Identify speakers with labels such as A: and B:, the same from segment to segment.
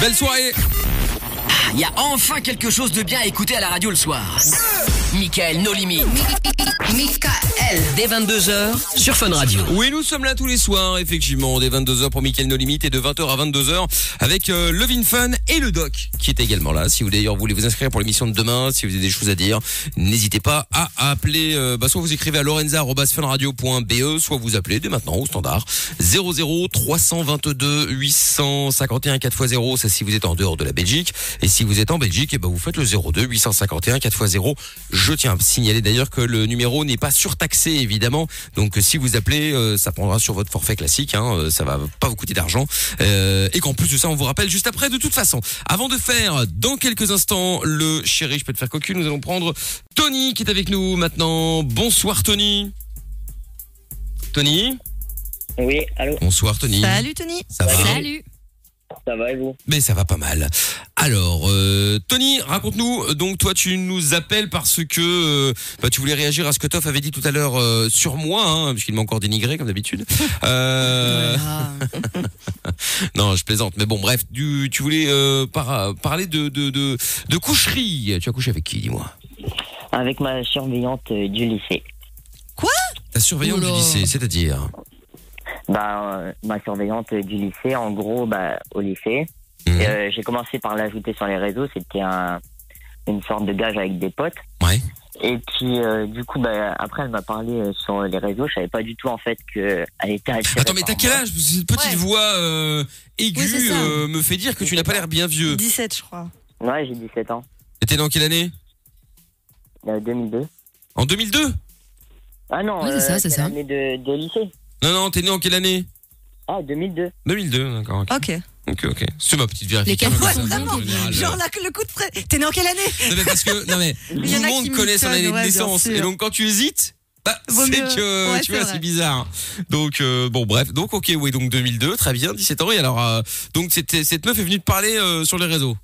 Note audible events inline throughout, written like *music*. A: Belle soirée
B: Il y a enfin quelque chose de bien à écouter à la radio le soir. Michael No Limit. Michael. Dès 22h sur Fun Radio.
A: Oui, nous sommes là tous les soirs, effectivement, dès 22h pour Mickaël No Limite et de 20h à 22h avec euh, Levin Fun et le Doc qui est également là. Si vous d'ailleurs voulez vous inscrire pour l'émission de demain, si vous avez des choses à dire, n'hésitez pas à appeler, euh, bah, soit vous écrivez à lorenza.funradio.be, soit vous appelez dès maintenant au standard 00 322 851 4x0, ça si vous êtes en dehors de la Belgique. Et si vous êtes en Belgique, et ben vous faites le 02 851 4x0. Je tiens à signaler d'ailleurs que le numéro n'est pas surtaxé évidemment. Donc euh, si vous appelez, euh, ça prendra sur votre forfait classique. Hein, euh, ça va pas vous coûter d'argent. Euh, et qu'en plus de ça, on vous rappelle juste après. De toute façon, avant de faire dans quelques instants le chéri, je peux te faire cocu. Nous allons prendre Tony qui est avec nous maintenant. Bonsoir Tony. Tony.
C: Oui, allô,
A: Bonsoir Tony.
D: Salut Tony.
A: Ça va
D: Salut.
C: ça va et vous
A: Mais ça va pas mal. Alors, euh, Tony, raconte-nous. euh, Donc, toi, tu nous appelles parce que euh, bah, tu voulais réagir à ce que Toff avait dit tout à l'heure euh, sur moi, hein, parce qu'il m'a encore dénigré
D: *laughs*
A: comme d'habitude. Euh, *laughs* Non, je plaisante. Mais bon, bref, tu, tu voulais euh, par- parler de, de, de, de coucherie. Tu as couché avec qui, dis-moi
C: Avec ma surveillante euh, du lycée.
A: Ta surveillante du
D: Oula.
A: lycée, c'est-à-dire
C: Bah, euh, ma surveillante euh, du lycée, en gros, bah, au lycée.
A: Mhm.
C: Et, euh, J'ai commencé par l'ajouter sur les réseaux. C'était un, une sorte de gage avec des potes.
A: Ouais.
C: Et puis, euh, du coup, bah, après, elle m'a parlé euh, sur les réseaux. Je savais pas du tout, en fait, qu'elle était attirée
A: Attends, mais
C: par
A: t'as quel
C: moi.
A: âge Parce que Cette petite
D: Ouais.
A: voix euh,
D: Oui,
A: aiguë
D: c'est ça.
A: euh, me fait dire que tu n'as pas l'air bien vieux.
D: 17 je crois.
C: Ouais, j'ai 17 ans.
A: T'étais dans quelle année
C: Euh, 2002.
A: En 2002
C: Ah non,
E: Ouais, c'est ça, c'est ça.
C: l'année de, de lycée.
A: Non, non, t'es né en quelle année
C: Ah, 2002.
A: 2002, d'accord. ok.
D: Ok.
A: Ok, ok. C'est ma petite
E: Les
A: vérification.
E: calculs
A: comme
E: sont
A: ça,
E: dingues,
A: en général.
D: Genre là, le coup de près. T'es né en quelle année
A: Non, mais parce que, non,
D: *laughs*
A: mais, tout
D: y en
A: le
D: a
A: monde
D: qui
A: connaît son
D: m'étonnent,
A: année
D: ouais,
A: de
D: bien
A: naissance.
D: sûr.
A: Et donc, quand tu hésites, bah,
D: Vaut
A: c'est
D: mieux.
A: que,
D: Ouais,
A: tu
D: c'est
A: vois,
D: vrai.
A: c'est bizarre. Donc, euh, bon, bref. Donc, ok, oui, donc 2002, très bien, 17 ans. Et alors, euh, donc, c'était- cette meuf est venue te parler euh, sur les réseaux.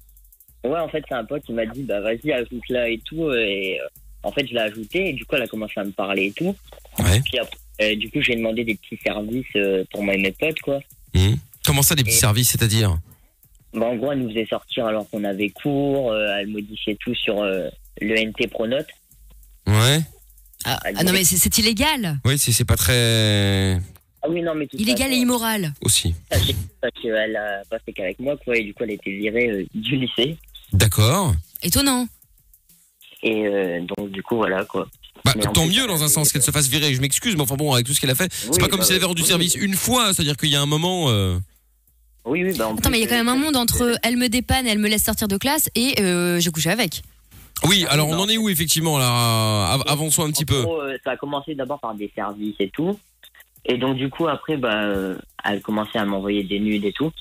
C: Ouais, en fait, c'est un pote qui m'a dit, bah vas-y, ajoute-la et tout. euh, Et euh, en fait, je l'ai ajouté et du coup, elle a commencé à me parler et tout.
A: Ouais.
C: Puis après, euh, du coup, j'ai demandé des petits services euh, pour moi et mes potes, quoi.
A: Comment ça, des petits
C: Et-
A: services, c'est-à-dire
C: Bah, en gros, elle nous faisait sortir alors qu'on avait cours, euh, elle modifiait tout sur euh, le NT Pronote.
A: Ouais.
E: Ah, ah non, mais c'est- c'est illégal.
A: Oui, c'est c'est pas très.
C: Ah oui, non, mais tout
E: Illégal et immoral.
A: Aussi.
C: immoral. Parce qu'elle a passé qu'avec moi, quoi. Et du coup, elle a été virée euh, du lycée.
A: D'accord.
E: Étonnant.
C: Et euh, donc, du coup, voilà, quoi.
A: Bah,
C: Mais en
A: tant
C: plus, euh,
A: mieux dans un
C: elle-
A: sens qu'elle se fasse virer. Je m'excuse, mais enfin bon, avec tout ce qu'elle a fait, c'est
C: Oui,
A: pas comme
C: bah,
A: si elle avait rendu
C: oui.
A: service une fois. C'est-à-dire qu'il y a un moment. euh,
C: Oui, oui, bah en
E: Attends, mais il y a quand même un monde entre elle me dépanne, elle me laisse sortir de classe et euh, je couche avec.
A: Oui, alors on
C: Ah, non.
A: en est où effectivement là av- Avançons un petit peu.
C: euh, ça a commencé d'abord par des services et tout. Et donc, du coup, après, bah, euh, elle commençait à m'envoyer des nudes et tout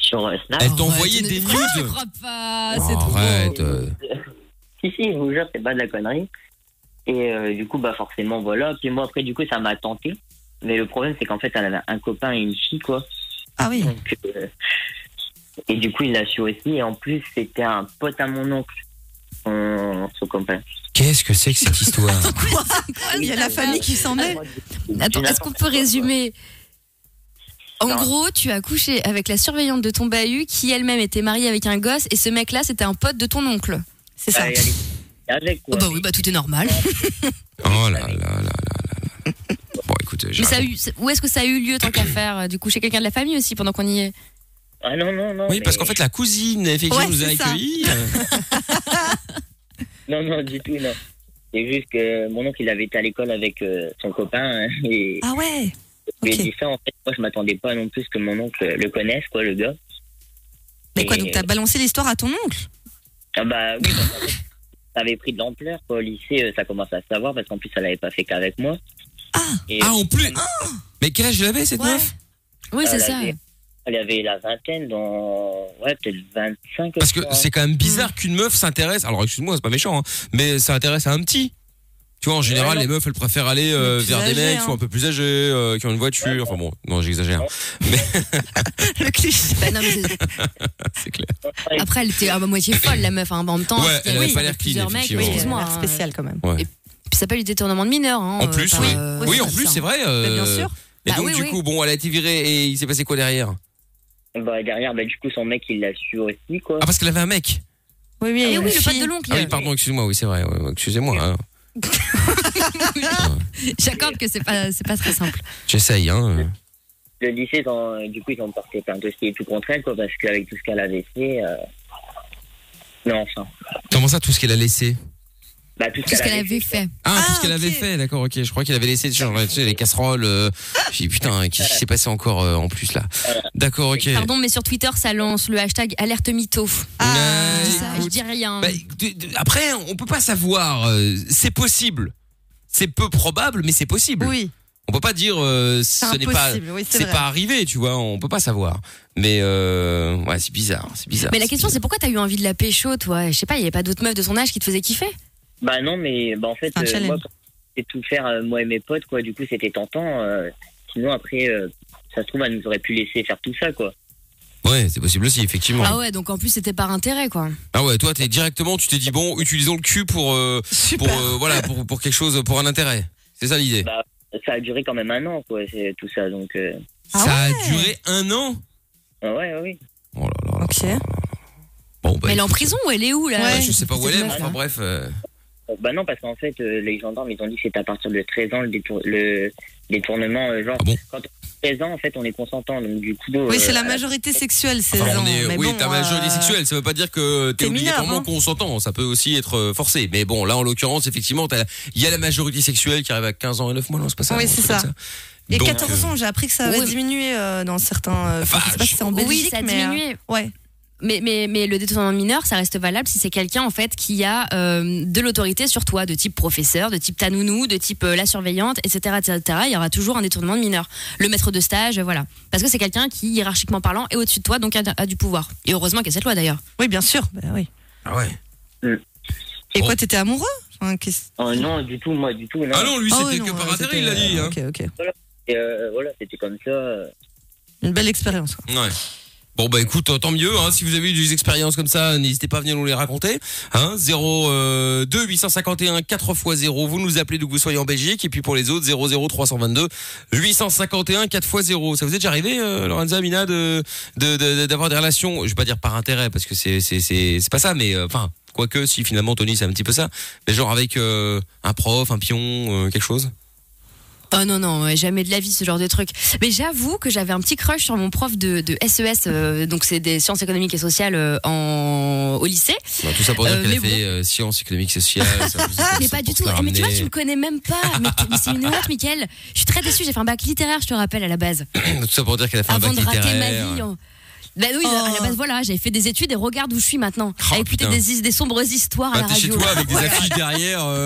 C: sur euh, Snap.
A: Elle t'envoyait
E: Arrête,
A: des
E: ne-
A: nudes.
E: Ah, Je crois pas, Ah, c'est
A: Oh,
E: trop beau.
A: arrête. euh.
C: *laughs* Si, si, je vous jure, c'est pas de la connerie. Et euh, du coup, bah forcément, voilà. Puis moi, après, du coup, ça m'a tenté. Mais le problème, c'est qu'en fait, elle avait un copain et une fille, quoi.
D: Ah oui.
C: Donc, euh, et du coup, il l'a su aussi. Et en plus, c'était un pote à mon oncle, son, son copain.
A: Qu'est-ce que c'est que cette histoire
C: *laughs*
E: Ah,
D: Il y a la famille qui s'en est.
E: Attends, est-ce qu'on peut résumer En
C: Non.
E: gros, tu as couché avec la surveillante de ton bahut qui elle-même était mariée avec un gosse et ce mec-là, c'était un pote de ton oncle.
D: C'est
C: Ah,
D: ça.
C: et elle est Avec, quoi.
E: Oh bah oui, bah tout est normal.
A: Oh là là là là là là. Bon, écoutez, j'ai
E: Mais ça a
A: rien.
E: eu, où est-ce que ça a eu lieu tant qu'à faire euh, Du coup, chez quelqu'un de la famille aussi pendant qu'on y est.
C: Ah non, non, non.
A: Oui, parce
C: mais-
A: qu'en fait la cousine effectivement
D: Ouais,
A: nous a
D: c'est ça.
A: accueillis. euh.
C: Non, non, du tout, non. C'est juste que mon oncle, il avait été à l'école avec euh, son copain. hein, Et
D: Ah ouais.
C: je lui ai
D: ok.
C: dit ça, en fait, moi, je m'attendais pas non plus que mon oncle le connaisse, quoi, le gars.
D: Mais quoi
C: Et-
D: donc t'as balancé l'histoire à ton oncle
C: Ah bah oui, parce
A: *laughs*
C: qu'en fait, ça avait pris de l'ampleur. quoi. Au lycée, euh, ça commence à se savoir parce qu'en plus, elle l'avait pas fait qu'avec moi.
D: Ah.
C: Et
A: Ah en plus. *gasps* Mais quel âge elle avait cette
D: Ouais.
A: meuf
E: Oui, c'est
C: elle
E: ça.
C: avait- Elle avait la vingtaine, dans ouais, peut-être 25
A: Parce
C: je
A: que
C: crois.
A: c'est quand même bizarre qu'une meuf s'intéresse. Alors excuse-moi, c'est pas méchant, hein, mais ça intéresse à un petit. Tu vois, en général,
C: non.
A: les meufs, elles préfèrent aller euh,
D: Les plus
A: vers des
D: âgés,
A: mecs qui sont
D: hein.
A: un peu plus âgés, euh, qui ont une voiture. Enfin bon, non, j'exagère,
D: Le cliché.
E: Bah non, mais c'est-
A: c'est clair.
C: Ouais,
E: Après, elle était à moitié folle, la meuf. hein. En même temps,
A: Ouais,
E: s'il y
A: elle avait pas l'air clean,
E: plusieurs mecs,
A: effectivement.
E: excuse-moi. hein.
D: Spécial quand même.
E: Puis ça s'appelle du détournement de mineur. hein,
A: En
E: euh,
A: plus,
E: par,
A: oui.
E: euh,
A: Oui,
E: c'est
A: en
E: ça,
A: plus,
E: ça.
A: c'est vrai. euh,
D: bien sûr.
A: Et
E: Bah
A: donc,
E: oui,
A: du
E: oui.
A: coup, bon, elle a été virée et il s'est passé quoi derrière
F: Bah, derrière, bah, du coup, son mec, il l'a su aussi, quoi.
A: Ah, parce qu'elle avait un mec.
G: Oui, oui,
E: Et oui,
G: la
E: le pote
G: fille.
E: de l'oncle.
A: Ah oui, pardon, excuse-moi, oui, c'est vrai. ouais, ouais, Excusez-moi. hein.
E: *laughs* J'accorde que c'est pas, c'est pas très simple.
A: J'essaye, hein.
F: Le lycée, ils ont- euh, du coup, ils ont porté plainte aussi et tout contre elle, quoi, parce qu'avec tout ce qu'elle avait fait. euh, Non, enfin.
A: Comment ça, tout ce qu'elle a laissé
F: Bah, tout ce
E: Tout ce qu'elle avait
F: quoi.
E: fait.
A: Ah,
G: Ah,
A: tout ce qu'elle
G: ok.
A: avait fait, d'accord, ok. Je crois qu'elle avait laissé genre, tu sais, les casseroles. euh, J'ai dit, putain, qu'est-ce qui s'est passé encore euh, en plus là D'accord, ok.
E: Pardon, mais sur Twitter, ça lance le hashtag alerte mytho.
G: Ah,
A: Mais-
E: Ça, je dis rien.
A: Euh, Bah, d- d- après, on peut pas savoir. euh, c'est possible. C'est peu probable, mais c'est possible.
G: oui,
A: On peut pas dire euh,
G: c'est
A: ce n'est pas.
G: impossible. oui, c'est
A: C'est
G: vrai.
A: pas arrivé, tu vois. On peut pas savoir. Mais euh, ouais, c'est bizarre, c'est bizarre.
E: mais la question,
A: bizarre.
E: c'est pourquoi t'as eu envie de la pécho, toi Je sais pas, il y avait pas d'autres meufs de son âge qui te faisaient kiffer
F: Bah, non, mais bah, en fait,
G: Un
F: euh,
G: challenge.
F: moi, quand j'ai tout faire, euh, moi et mes potes, quoi, du coup, c'était tentant. euh, Sinon, après, euh, ça se trouve, elle nous aurait pu laisser faire tout ça, quoi.
A: Ouais, c'est possible aussi, effectivement.
E: Ah ouais, donc en plus, c'était par intérêt, quoi.
A: Ah ouais, toi, t'es directement, tu t'es dit bon, utilisons le cul pour euh,
G: Super.
A: pour euh, voilà pour pour quelque chose, pour un intérêt. C'est ça l'idée.
F: Bah, ça a duré quand même un an, quoi, c'est tout ça, donc. euh,
G: Ah
A: ça
G: ouais.
A: a duré un an.
F: Ouais, ouais, oui.
A: Oh là là. là
G: Ok.
A: là là. Bon, bah,
E: mais elle est en
A: écoute,
E: prison ou elle est où, là
A: bah,
G: Ouais.
A: je sais pas où elle est, mais
G: Voilà.
A: enfin bref. euh,
F: Euh, Bah non, parce qu'en fait, euh, les gendarmes, ils ont dit que c'était à partir de 13 ans le, détour, le détournement. euh, genre,
A: Ah bon
F: quand on a 13 ans, en fait, on est consentant. Donc, du coup, euh,
G: Oui, c'est la
F: euh,
G: majorité sexuelle, 16
A: Enfin,
G: ans.
A: on est-
G: mais
A: oui,
G: bon,
A: ta majorité
G: euh,
A: sexuelle, ça veut pas dire que t'es
G: t'es mineur,
A: obligatoirement
G: hein.
A: consentant. Ça peut aussi être euh, forcé. Mais bon, là, en l'occurrence, effectivement, t'as- il y a la majorité sexuelle qui arrive à 15 ans et 9 mois. Non, c'est pas ça.
G: Oui,
A: un
G: c'est
A: truc
G: ça.
A: comme
G: Et
A: Donc, euh,
G: 14 ans, j'ai appris que ça avait
E: Oui.
G: diminué euh, dans certains. euh, enfin, je sais pas
A: Vache.
G: si c'est en
E: Oui,
G: Belgique,
E: ça a
G: mais. euh,
E: diminué.
G: ouais.
E: Mais, mais, mais le détournement mineur, ça reste valable si c'est quelqu'un en fait qui a euh, de l'autorité sur toi, de type professeur, de type ta nounou, de type euh, la surveillante, etc., etc. Il y aura toujours un détournement de mineur. Le maître de stage, euh, voilà. Parce que c'est quelqu'un qui, hiérarchiquement parlant, est au-dessus de toi, donc a, a du pouvoir. Et heureusement qu'il y a cette loi d'ailleurs.
G: Oui, bien sûr. bah oui.
A: Ah ouais.
G: Et
A: Bon.
G: quoi, t'étais amoureux Enfin, qu'est-ce-
F: euh, non, du tout, moi, du tout. Non.
A: Ah non, lui,
G: Ah
A: c'était
G: oui,
A: que
G: non,
A: par
G: ouais,
A: intérêt, il l'a
G: c'était- euh,
A: dit. hein.
G: Ok, ok.
F: Et, euh, voilà, c'était comme ça. euh.
G: Une belle expérience.
A: *coughs* Ouais. Bon bah écoute, euh, tant mieux. Hein, si vous avez eu des expériences comme ça, n'hésitez pas à venir nous les raconter. Hein, 0 euh, 2 851 4 x 0. Vous nous appelez d'où que vous soyez en Belgique et puis pour les autres 00 322 851 4 x 0. Ça vous est déjà arrivé, euh, Lorenza Amina, de de- de- d'avoir des relations. Je vais pas dire par intérêt parce que c'est c'est c'est c'est pas ça, mais euh, enfin quoique si finalement Tony c'est un petit peu ça, mais genre avec euh, un prof, un pion, euh, quelque chose.
E: Oh non, non, ouais, jamais de la vie, ce genre de truc. Mais j'avoue que j'avais un petit crush sur mon prof de, de SES, euh, donc c'est des sciences économiques et sociales euh, en, au lycée.
A: Bon, Bah, tout ça pour dire
E: Euh,
A: qu'elle a
E: mais
A: fait euh, sciences économiques sociales. ça,
E: *laughs* Mais
A: ça,
E: pas
A: pour
E: du
A: te
E: tout.
A: la
E: Eh, mais tu vois,
A: ramener.
E: tu me connais même pas.
A: *laughs*
E: Mais, t- mais c'est une honte, Mickaël. Je suis très déçue. J'ai fait un bac littéraire, je te rappelle, à la base.
A: Tout ça pour dire qu'elle a fait
E: Avant
A: un
E: de
A: bac
E: rater ma
A: littéraire. Bah,
E: vie. en- Ben oui,
G: Oh.
E: à la base, voilà, j'avais fait des études et regarde où je suis maintenant.
A: Oh,
E: à écouter
A: putain.
E: des, des sombres histoires à
A: Bah,
E: la
A: t'es chez
E: radio.
A: toi avec des affiches derrière.
G: *laughs*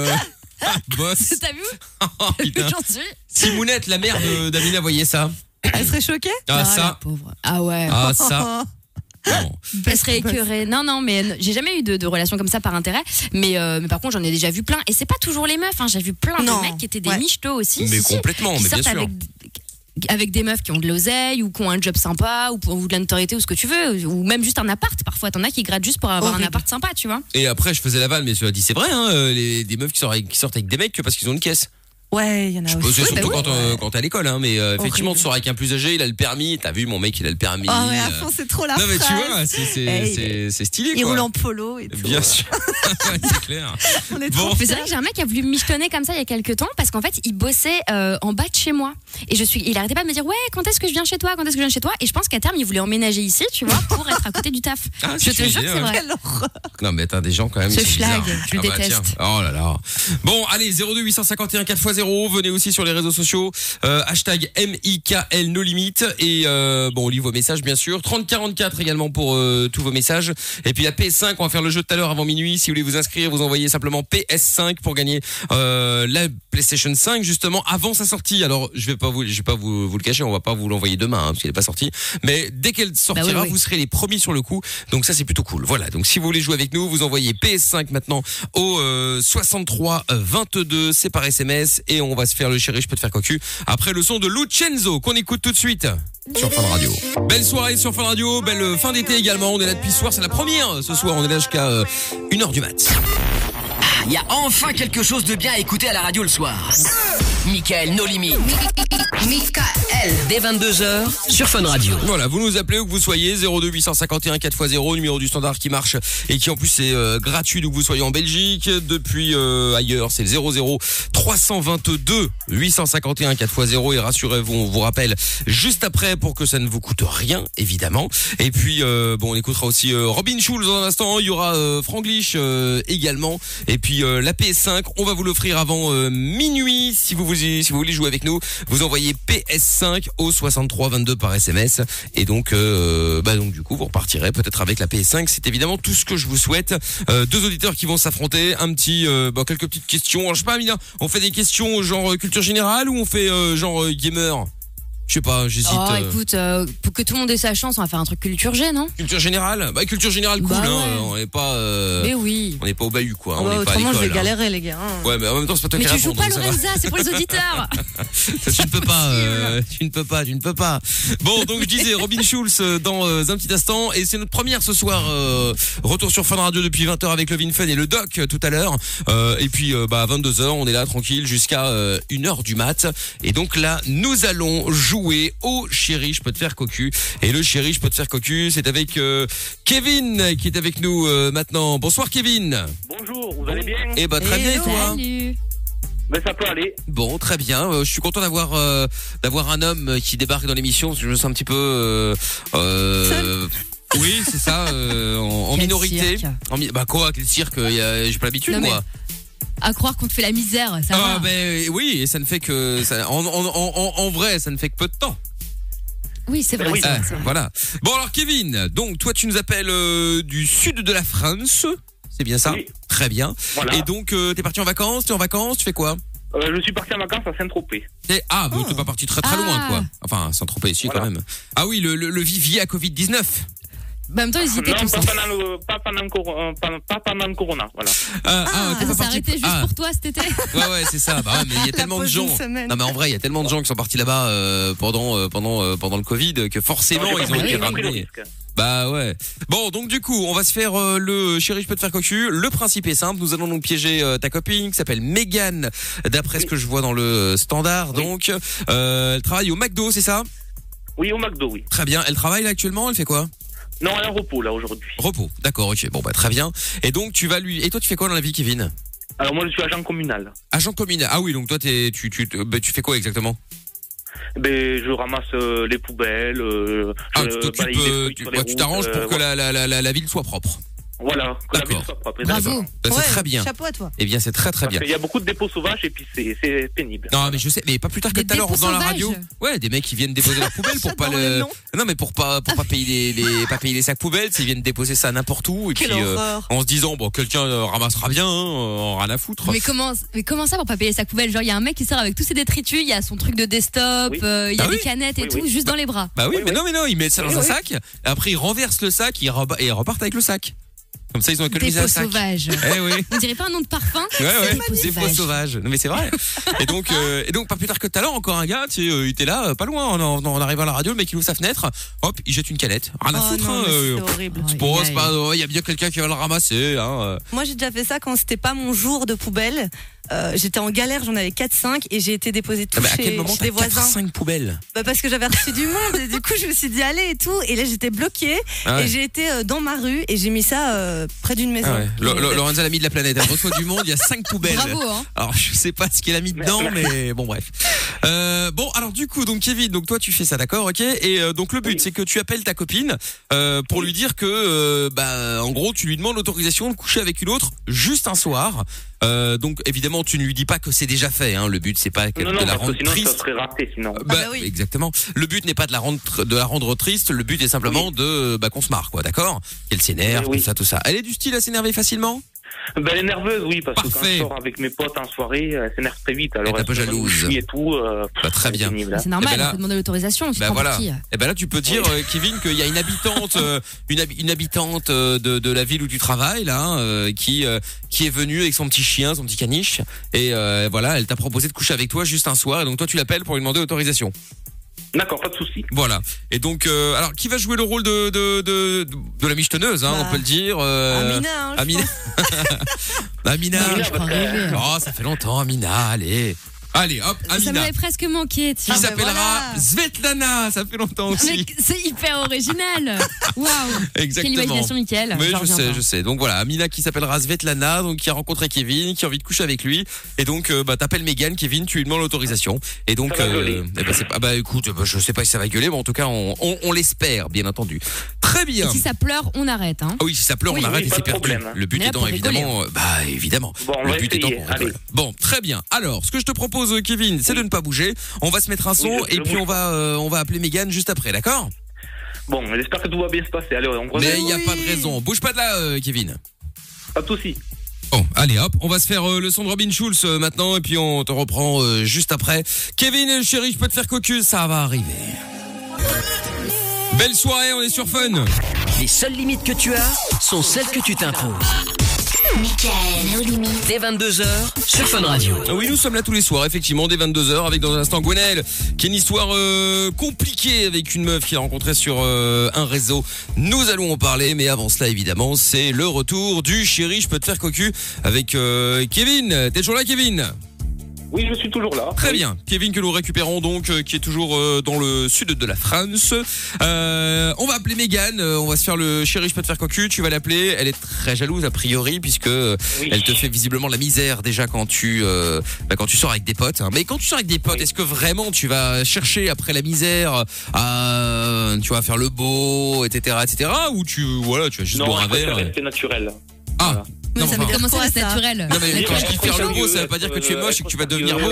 A: Euh... ah, boss.
E: *laughs* T'as vu
A: *laughs* Oh, putain.
E: J'en suis.
A: Simounette, la mère de- d'Amina, voyait ça.
G: Elle serait choquée Oh.
A: Ah,
E: la
A: ça.
E: pauvre. Ah ouais.
A: Ah,
G: *laughs*
A: ça. Non.
E: Elle serait écœurée. Non, non, mais n- j'ai jamais eu de, de relation comme ça par intérêt. Mais, euh, mais par contre, j'en ai déjà vu plein. Et c'est pas toujours les meufs. hein. J'ai vu plein
G: Non.
E: de mecs qui étaient des
G: Ouais.
E: michetots aussi.
A: Mais
E: Si, si.
A: complètement,
E: qui
A: Oh, mais bien
E: sortent
A: sûr.
E: avec, avec des meufs qui ont de l'oseille ou qui ont un job sympa ou, ou de la notoriété ou ce que tu veux ou même juste un appart parfois t'en as qui grattent juste pour avoir
G: Horrible.
E: un appart sympa tu vois
A: Et après, je faisais la vanne, mais tu as dit, c'est vrai, hein, euh, les, des meufs qui sortent, avec, qui sortent avec des mecs que parce qu'ils ont une caisse.
G: Ouais, il y en a
A: Euh,
G: aussi.
A: c'est
G: Oui,
A: surtout
G: bah oui.
A: quand, euh, quand t'es à l'école, hein, mais euh, effectivement,
G: Horrible.
A: tu sors avec un plus âgé, il a le permis. T'as vu, mon mec, il a le permis.
G: Ah ouais, à
A: euh.
G: fond, c'est trop la
A: non, mais tu
G: phrase.
A: vois, c'est- c'est
G: Eh, il-
A: c'est- c'est stylé,
G: Il
A: quoi.
G: roule en polo et tout. *laughs*
A: Bien sûr. *laughs* Ouais, c'est clair.
G: On est
A: Bon.
G: trop
E: Mais c'est vrai que j'ai un mec qui a voulu me michetonner comme ça il y a quelques temps parce qu'en fait il bossait euh, en bas de chez moi et je suis il arrêtait pas de me dire ouais quand est-ce que je viens chez toi quand est-ce que je viens chez toi et je pense qu'à terme il voulait emménager ici tu vois pour être à côté du taf
A: Ah,
E: je
A: c'est
E: te jure
A: génial,
E: que
A: ouais.
E: c'est vrai
G: Quelle horreur.
A: Non mais t'as des gens quand même.
E: Ce
A: ils sont
E: schlag,
A: bizarres.
E: je le
A: Ah bah,
E: déteste.
A: tiens. oh là là. Bon, allez, 02 851 4x0. Venez aussi sur les réseaux sociaux. Euh, hashtag MIKL nos limites. Et euh, bon, on lit vos messages bien sûr. 3044 également pour euh, tous vos messages. Et puis la PS5, on va faire le jeu tout à l'heure avant minuit. Si vous voulez vous inscrire, vous envoyez simplement PS5 pour gagner euh, la PlayStation 5 justement avant sa sortie. Alors je vais pas vous, je vais pas vous, vous le cacher, on va pas vous l'envoyer demain hein, parce qu'elle est pas sortie. Mais dès qu'elle sortira,
E: Bah oui, oui.
A: vous serez les premiers sur le coup. Donc ça c'est plutôt cool. Voilà. Donc si vous voulez jouer avec nous, vous envoyez PS5 maintenant au euh, 63 euh, 22, c'est par SMS et on va se faire le chéri, je peux te faire cocu. Après le son de Lucenzo qu'on écoute tout de suite sur Fun Radio. Belle soirée sur Fun Radio, belle euh, fin d'été également. On est là depuis ce soir, c'est la première euh, ce soir, on est là jusqu'à 1h du mat.
B: Ah, Il Il y a enfin quelque chose de bien à écouter à la radio le soir. Michael No Limit. Michael. Dès 22h sur Fun Radio.
A: Voilà, vous nous appelez où que vous soyez, 02 851 4x0, numéro du standard qui marche et qui en plus est euh, gratuit d'où que vous soyez en Belgique, depuis euh, ailleurs, c'est le 00 322 851 4x0 et rassurez-vous, on vous rappelle juste après pour que ça ne vous coûte rien, évidemment. Et puis, euh, bon, on écoutera aussi euh, Robin Schulz dans un instant, il y aura euh, Franglish euh, également et puis euh, la PS5, on va vous l'offrir avant euh, minuit si vous, voulez- si vous voulez jouer avec nous, vous envoyez PS5 au 6322 par SMS et donc euh, bah donc du coup vous repartirez peut-être avec la PS5, c'est évidemment tout ce que je vous souhaite. Euh, deux auditeurs qui vont s'affronter, un petit euh, bah, quelques petites questions, Alors, je sais pas Amina, on fait des questions genre euh, culture générale ou on fait euh, genre euh, gamer Je sais pas, j'hésite.
E: Oh,
A: euh,
E: écoute, euh, pour que tout le monde ait sa chance, on va faire un truc culture G, non
A: Culture générale Bah culture générale cool
E: Bah
A: hein,
E: ouais.
A: on n'est pas euh,
E: Mais Eh oui.
A: on n'est pas au bahut quoi,
G: Ah
A: on
G: bah,
A: n'est pas à
G: autrement, je vais
A: l'école. hein.
G: galérer, les gars. hein.
A: Ouais, mais en même temps, c'est pas toi
E: Mais
A: qui
E: tu joues
A: réponds,
E: pas
A: donc ça va.
E: Lorenza, c'est pour les auditeurs.
A: Ça, tu ne peux pas, euh, tu ne peux pas, tu ne peux pas. Bon, donc je disais Robin Schulz euh, dans euh, un petit instant et c'est notre première ce soir. euh, retour sur Fun Radio depuis 20h avec Levin Fun et le Doc euh, tout à l'heure. Euh, et puis euh, bah, à 22h, on est là tranquille jusqu'à 1h du mat. Et donc là, nous allons jouer au chéri, je peux te faire cocu. Et le chéri, je peux te faire cocu, c'est avec euh, Kevin qui est avec nous euh, maintenant. Bonsoir Kevin.
H: Bonjour, vous allez bien
A: Et bah *laughs* très bien et
G: Hello.
A: toi
E: Salut.
H: Ben ça peut aller.
A: Bon, très bien. Euh, je suis content d'avoir euh, d'avoir un homme euh, qui débarque dans l'émission parce que je me sens un petit peu. euh, euh, oui, c'est ça, euh, en, en
E: Quel
A: minorité.
E: cirque.
A: En mi- bah quoi, quel cirque euh, y a- J'ai pas l'habitude
E: Non, mais
A: moi.
E: À croire qu'on te fait la misère, ça
A: Ah
E: va.
A: ben oui, et ça ne fait que ça, en, en, en, en- en vrai, ça ne fait que peu de temps.
E: Oui, c'est vrai.
H: Ben oui.
E: c'est vrai,
A: Ah,
E: c'est vrai.
A: voilà. Bon alors Kevin, donc toi tu nous appelles euh, du sud de la France, c'est bien ça
H: Oui.
A: Très bien.
H: Voilà.
A: Et donc euh, t'es parti en vacances, t'es en vacances, tu fais quoi
H: Euh, je suis parti en vacances à Saint-Tropez.
A: Et- ah, bon, t'es pas parti très très
E: Ah.
A: loin, quoi. Enfin, sans trop ici
H: Voilà.
A: quand même. Ah oui, le, le, le vivier à Covid-19.
E: Bah, en même temps, ils y étaient
A: Ah,
H: Non,
E: tous.
H: pas
E: hein.
H: pendant, le, pas, pendant le cor- euh, pas- pas pendant le corona, voilà.
A: Euh,
E: Ah,
A: t'es
E: ça
A: pas
E: s'est
A: parti-
E: arrêté juste
A: ah,
E: pour toi cet été
A: Ouais, ouais, c'est ça. Bah, ouais, mais
E: *laughs*
A: il y a
G: La
A: tellement de
G: pause d'une
A: gens.
G: semaine.
A: Non, mais en vrai, il y a tellement de gens qui sont partis là-bas euh, pendant euh, pendant euh, pendant le Covid que forcément
H: Non, j'ai
A: ils
H: pas
A: ont
H: pris-
A: été
H: j'ai pas pris le
A: ramenés.
H: risque.
A: Bah ouais. Bon, donc du coup, on va se faire euh, le chéri, je peux te faire cocu. Le principe est simple. Nous allons donc piéger euh, ta copine qui s'appelle Megan, d'après ce que je vois dans le euh, standard.
H: Oui.
A: Donc, euh, elle travaille au McDo, c'est ça
H: Oui, au McDo, oui.
A: Très bien. Elle travaille là actuellement. Elle fait quoi
H: Non, elle est en repos, là, aujourd'hui.
A: Repos, d'accord, ok, bon bah très bien. Et donc tu vas lui. Et toi tu fais quoi dans la vie, Kevin
H: Alors, moi, je suis agent communal.
A: Agent communal. Ah oui, donc toi t'es- tu tu te- bah, tu fais quoi exactement
H: Ben, je ramasse euh, les poubelles, euh,
A: Ah,
H: je
A: tu t'occupes,
H: balaye les
A: euh,
H: fruits
A: tu
H: sur
A: ouais,
H: les
A: tu t'arranges
H: routes,
A: pour
H: euh,
A: que la, la, la, la- la ville soit propre.
H: Voilà, que la
A: D'accord.
H: ville soit propre.
E: Bravo.
A: Bah, c'est
G: Ouais,
A: très bien.
G: Chapeau à toi.
A: Eh bien c'est très très
H: Parce
A: bien.
H: qu'il y a beaucoup de dépôts sauvages et puis c'est- c'est pénible.
A: Non mais je sais, mais pas plus tard que
E: Des
A: tout à l'heure
E: dépôts
A: dans la
E: sauvages.
A: radio. Ouais, des mecs qui viennent déposer leurs poubelles
G: *laughs*
A: pour pas
G: J'adore le
A: le.
G: nom.
A: Non mais pour pas pour pas payer les, les pas payer les sacs poubelles, ils viennent déposer ça n'importe où et
G: Quelle
A: puis. euh,
G: horreur.
A: en se disant bon quelqu'un euh, ramassera bien, hein, euh, rien à foutre.
E: Mais comment, mais comment ça pour pas payer sa poubelle Genre, il y a un mec qui sort avec tous ses détritus, il y a son truc de desktop,
H: Oui.
E: euh, il y a
A: Ah
E: des
A: oui.
E: canettes et
H: Oui,
E: tout,
H: oui.
E: juste dans les bras.
A: Bah oui,
H: Oui,
A: mais
H: oui.
A: non, mais non, ils mettent ça dans
H: Oui,
A: un
H: oui.
A: sac, après ils renversent le sac ils reba- et ils repartent avec le sac. Comme ça, ils ont économisé
E: Dépôt
A: un sac. *laughs*
E: sauvage.
A: Eh
G: *laughs*
A: oui.
E: On dirait pas un nom de parfum
A: Ouais, ouais,
E: magnifique.
A: des faux sauvages. Non, mais c'est vrai. Et donc, euh, et donc, pas plus tard que tout à l'heure, encore un gars, tu sais, euh, il était là, euh, pas loin, en, en- en arrivant à la radio, le mec il ouvre sa fenêtre, hop, il jette une canette. Rien à
G: Oh
A: foutre,
G: non,
A: hein,
G: mais
A: euh,
G: c'est horrible.
E: Ouais.
A: Pour eux,
E: Aïe,
A: c'est pas, il y a bien quelqu'un qui va le ramasser, hein. euh.
G: Moi, j'ai déjà fait ça quand c'était pas mon jour de poubelle. Euh, j'étais en galère, j'en avais 4-5 et j'ai été déposée
A: Ah,
G: tout
A: mais à quel
G: chez,
A: moment
G: chez
A: t'as
G: des voisins.
A: 5 poubelles?
G: Bah, parce que j'avais reçu du monde et du coup, je me suis dit allez et tout. Et là, j'étais bloquée
A: Ah
G: et
A: ouais.
G: j'ai été euh, dans ma rue et j'ai mis ça euh, près d'une maison. bah,
A: Ah ouais. Lo- Lo- Lorenza l'a mis de la planète. Elle reçoit du monde, il y a 5
G: *laughs*
A: poubelles.
E: Bravo, hein.
A: Alors je sais pas ce qu'il a mis dedans, mais bon bref. Euh, bon alors du coup donc Kevin, donc toi tu fais ça d'accord, ok Et euh, donc le but
H: Oui.
A: c'est que tu appelles ta copine euh, pour lui dire que euh, bah en gros tu lui demandes l'autorisation de coucher avec une autre juste un soir. Euh, donc évidemment tu ne lui dis pas que c'est déjà fait. Hein. Le but c'est pas qu'elle-
H: Non,
A: de
H: non,
A: la
H: parce
A: rendre
H: que sinon, ça
A: triste.
H: serait raté, sinon.
A: Euh, Bah,
G: bah oui.
A: exactement. Le but n'est pas de la rendre tr- de la rendre triste. Le but est simplement de euh, bah qu'on se marre quoi, d'accord Qu'elle s'énerve,
H: Eh Oui, oui.
A: tout ça, tout ça. Elle est du style à s'énerver facilement.
H: Ben, elle est nerveuse, oui, parce que quand
A: Parfait.
H: je sors avec mes potes en soirée, euh, elle s'énerve très vite. Alors,
A: Elle est un peu
H: se met dans le
A: jalouse.
H: cul Et tout, euh,
A: Bah, très
H: c'est
A: bien.
H: pénible, hein.
E: C'est normal,
A: Eh ben là-
E: on peut demander l'autorisation. tu
A: Bah
E: prends pour
A: voilà.
E: qui
A: Eh ben là, tu peux dire, euh, Kevin, qu'il y a une habitante, euh, une, hab- une habitante euh, de, de la ville où tu travailles, là, euh, qui euh, qui est venue avec son petit chien, son petit caniche, et euh, voilà, elle t'a proposé de coucher avec toi juste un soir, et donc toi, tu l'appelles pour lui demander autorisation.
H: D'accord, pas de souci.
A: Voilà. Et donc, euh, alors, qui va jouer le rôle de de de, de- de la michetonneuse, hein,
G: Bah,
A: on peut le dire. euh,
G: Amina, hein, je
A: Amina. *laughs* Amina.
E: Non, mais je crois rêver.
A: Oh, ça fait longtemps, Amina. Allez, allez, hop,
E: Ça
A: Amina.
E: m'avait presque manqué. tu
A: Qui
E: vois.
A: s'appellera
G: voilà.
A: Svetlana. Ça fait longtemps
E: Ah, mais
A: aussi.
E: C'est hyper
A: *laughs*
E: original. Waouh. Quelle
A: Exactement.
E: imagination, Michael.
A: Mais
E: J'en
A: je
E: reviens
A: sais,
E: pas.
A: je sais. Donc voilà, Amina qui s'appellera Svetlana, donc qui a rencontré Kevin, qui a envie de coucher avec lui, et donc euh, bah t'appelles Megan, Kevin, tu lui demandes l'autorisation, et donc
H: Ça va gueuler.
A: eh ben, c'est pas, bah écoute, bah, je sais pas si ça va gueuler, mais en tout cas on, on, on l'espère, bien entendu. Très bien.
E: Et Si ça pleure, on arrête. Hein.
A: Ah oui, si ça pleure,
H: Oui,
A: on arrête
H: oui,
A: et
H: pas
A: c'est
H: de
A: perdu.
H: problème, hein.
A: Le but
E: On est là
A: étant
E: pour
A: évidemment, euh, bah évidemment.
H: Bon, on
A: le
H: va
A: but
H: essayer.
A: étant,
H: Allez.
A: Bon, très bien. Alors, ce que je te propose, euh, Kevin, c'est
H: Oui.
A: de ne pas bouger. On va se mettre un son
H: Oui, je-
A: et
H: je
A: puis on
H: bouge
A: va, euh, on va appeler Megan juste après, d'accord
H: Bon, j'espère que tout va bien se passer. Allez, on
A: Mais
H: continue.
A: il n'y a
G: oui.
A: pas de raison. Bouge pas de là, euh, Kevin.
H: Pas de souci.
A: Bon, Oh, allez hop, on va se faire euh, le son de Robin Schulz euh, maintenant et puis on te reprend euh, juste après. Kevin, euh, chéri, je peux te faire cocu, ça va arriver. Belle soirée, on est sur Fun.
B: Les seules limites que tu as sont celles que tu t'imposes.
I: Michael, nos limites.
B: Dès 22h sur Fun Radio.
A: Ah Oui, nous sommes là tous les soirs, effectivement, dès 22h, avec dans un instant Gwenelle, qui est une histoire euh, compliquée avec une meuf qu'il a rencontrée sur euh, un réseau. Nous allons en parler, mais avant cela, évidemment, c'est le retour du chéri, je peux te faire cocu, avec euh, Kevin. T'es toujours là, Kevin
H: Oui, je suis toujours là.
A: Très
H: Oui.
A: bien. Kevin que nous récupérons donc, euh, qui est toujours euh, dans le sud de la France. Euh, on va appeler Mégane, euh, on va se faire le chéri, je peux te faire cocu, tu vas l'appeler. Elle est très jalouse a priori, puisque euh,
H: Oui.
A: elle te fait visiblement de la misère déjà quand tu, euh, bah, quand tu sors avec des potes. hein. Mais quand tu sors avec des potes,
H: Oui.
A: est-ce que vraiment tu vas chercher après la misère à, tu vas faire le beau, etc., etc., ou tu, voilà, tu vas juste
H: Non,
A: boire un
H: je préfère
A: verre. et-
H: rester naturel.
A: Ah,
E: Mais
A: Non,
E: ça veut
A: enfin-
E: comment ça,
G: Quoi,
E: c'est
G: ça
E: naturel
A: non mais
E: Naturel,
A: quand je dis
E: c'est
A: faire le
E: chaud.
A: beau, ça veut pas dire que tu es moche et que tu vas devenir beau.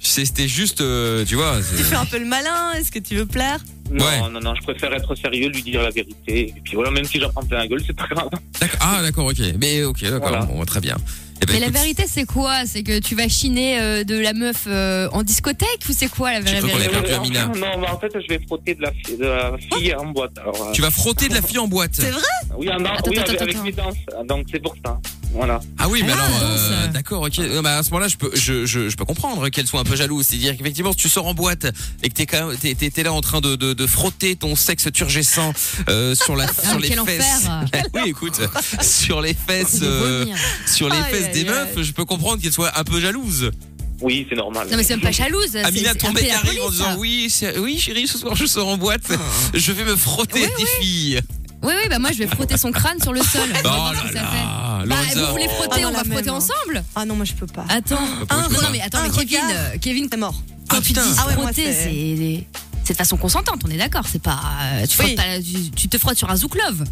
A: C'était juste, euh, tu vois. c'est-
G: Tu fais un peu le malin, est-ce que tu veux plaire
H: Non,
A: Ouais.
H: non, non, je préfère être sérieux, lui dire la vérité. Et puis voilà, même si j'en prends plein la gueule, c'est pas grave.
A: D'accord. Ah, d'accord, ok. Mais ok, d'accord.
H: Voilà.
A: Bon, très bien. Eh ben,
E: Mais la
A: écoute,
E: vérité, c'est quoi C'est que tu vas chiner euh, de la meuf euh, en discothèque ou c'est quoi la vraie
A: Je sais pas qu'on
E: vérité
A: est- perdu
H: Euh,
A: Amina.
H: Non, mais en fait, je vais frotter de la, fi- de la fille en boîte. Alors, euh,
A: Tu vas frotter de la fille en boîte.
G: C'est-
H: oui, en dan-
E: Attends,
H: oui,
E: attends,
H: avec, avec
E: attends.
H: mes danses. Ah, Donc, c'est pour ça. Voilà.
A: Ah oui, mais
E: Ah,
A: alors,
E: non,
A: euh,
E: ça.
A: d'accord, ok. Euh, bah, à ce moment-là, je peux, je, je, je peux comprendre qu'elle soit un peu jalouse. C'est-à-dire qu'effectivement, si tu sors en boîte et que t'es quand même- t'es, t'es, t'es là en train de, de, de frotter ton sexe turgescent euh, sur la,
E: Ah,
A: sur les
E: mais quel
A: fesses. Eh
E: enfer
A: *laughs* oui, écoute, sur les fesses,
E: C'est de
A: euh,
E: vomir.
A: sur les
E: Aïe,
A: fesses des
E: aïe, aïe.
A: meufs, je peux comprendre qu'elle soit un peu jalouse.
H: Oui, c'est normal.
E: Non mais c'est même pas jalouse. c'est-
A: Amina,
E: c'est
A: ton
E: appeler
A: mec
E: la
A: arrive en
E: police,
A: disant
E: ça. Oh.
A: oui, c'est- oui, chérie, ce soir je sors en boîte, je vais me frotter des filles.
E: Oui oui, bah moi je vais frotter son crâne sur le
A: *laughs*
E: sol. On va
A: Oh
E: voir Ah, ce
A: là
E: que ça fait.
A: là,
E: Bah,
A: Lorenza. Ah,
E: vous voulez frotter, on
G: Oh. Ah,
E: va
G: la même,
E: frotter
G: hein.
E: ensemble
G: Ah non, moi je peux pas.
E: Attends.
A: pourquoi je peux
E: non,
A: pas
E: mais attends, mais
G: Un
E: Kevin,
G: regard.
E: euh, Kevin,
G: C'est mort.
E: quand tu dis
A: putain.
G: Ah ouais, moi,
E: frotter,
G: c'est-
E: c'est c'est de façon consentante, on est d'accord. C'est pas, euh, tu, frottes
G: Oui.
E: pas- tu- tu te frottes sur un zouk love.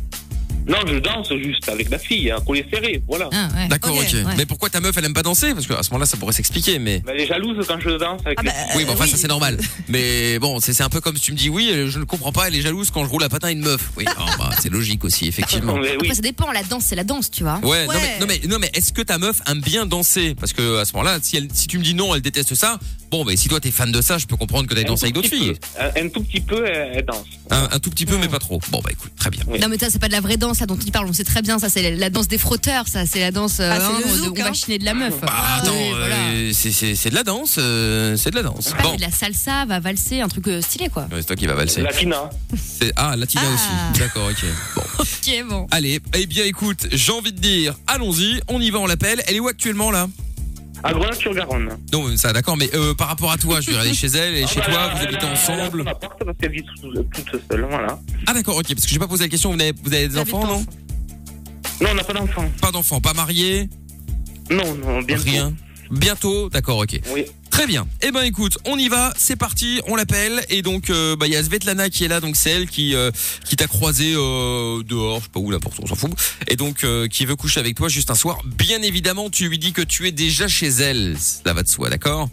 H: Non, je danse juste avec la fille, hein, un collier serré. Voilà.
E: Ah, ouais.
A: D'accord, ok.
G: Ok,
E: ouais. Euh,
A: Mais pourquoi ta meuf elle aime pas danser Parce qu'à ce moment-là, ça pourrait s'expliquer, mais.
H: Mais elle est jalouse quand je danse avec
G: Ah
H: les
G: bah,
H: filles.
A: Oui, mais enfin,
G: oui.
A: ça c'est normal. Mais bon, c'est c'est un peu comme si tu me dis oui, euh, je ne comprends pas, elle est jalouse quand je roule à patin à une meuf. Oui, alors, bah, c'est logique aussi, effectivement.
H: Mais oui.
E: Après, ça dépend, la danse, c'est la danse, tu vois.
A: Ouais, Non,
G: Ouais.
A: mais, non, mais, non, mais est-ce que ta meuf aime bien danser Parce que à ce moment-là, si, elle- si tu me dis non, elle déteste ça, bon, mais si toi t'es fan de ça, je peux comprendre que t'ailles
H: Un
A: danser avec
H: tout
A: d'autres
H: petit
A: filles.
H: peu. Un, un tout petit peu, elle, elle danse.
A: Un, un tout petit peu, mais pas trop. Bon, bah écoute, très bien.
H: Oui.
E: Non, mais ça, c'est pas de la vraie danse, ça dont il parle, on sait très bien, ça, c'est la, la danse des frotteurs, ça, c'est la danse, euh,
G: Ah, c'est le
E: on-
G: zouk,
E: on va
G: hein.
E: chiner de la meuf. Ah
A: Bah attends,
E: Oui, voilà.
A: euh, c'est- c'est c'est de la danse, euh, c'est de la danse.
E: Je sais pas,
A: Bon.
E: mais de la salsa, va valser, un truc euh, stylé, quoi.
A: Ouais, C'est toi qui vas valser.
H: Latina.
A: C'est- Ah, Latina
E: Ah.
A: aussi. D'accord, ok. Bon.
E: Ok, bon.
A: Allez, eh bien écoute, j'ai envie de dire, allons-y, on y va, on l'appelle. Elle est où actuellement là
H: À Grenoble-sur-Garonne.
A: Non, mais ça d'accord, mais euh, par rapport à toi, je veux dire, elle est chez elle, elle est chez
H: Ah,
A: toi,
H: bah,
A: vous
H: elle a-
A: habitez
H: elle a
A: ensemble.
H: son appart parce qu'elle vit toute, toute seule, voilà.
A: Ah d'accord, ok, parce que j'ai pas posé la question, vous avez, vous avez des
G: Elle habite
A: enfants, non
H: Non, on n'a pas d'enfant.
A: Pas d'enfants, pas mariés,
H: Non, non, bien
A: rien. Bientôt, d'accord, ok.
H: Oui.
A: Très bien. Eh ben écoute, on y va, c'est parti, on l'appelle et donc euh, bah il y a Svetlana qui est là donc c'est elle qui euh, qui t'a croisé euh, dehors, je sais pas où là pour on s'en fout et donc euh, qui veut coucher avec toi juste un soir. Bien évidemment, tu lui dis que tu es déjà chez elle. Cela va de soi, d'accord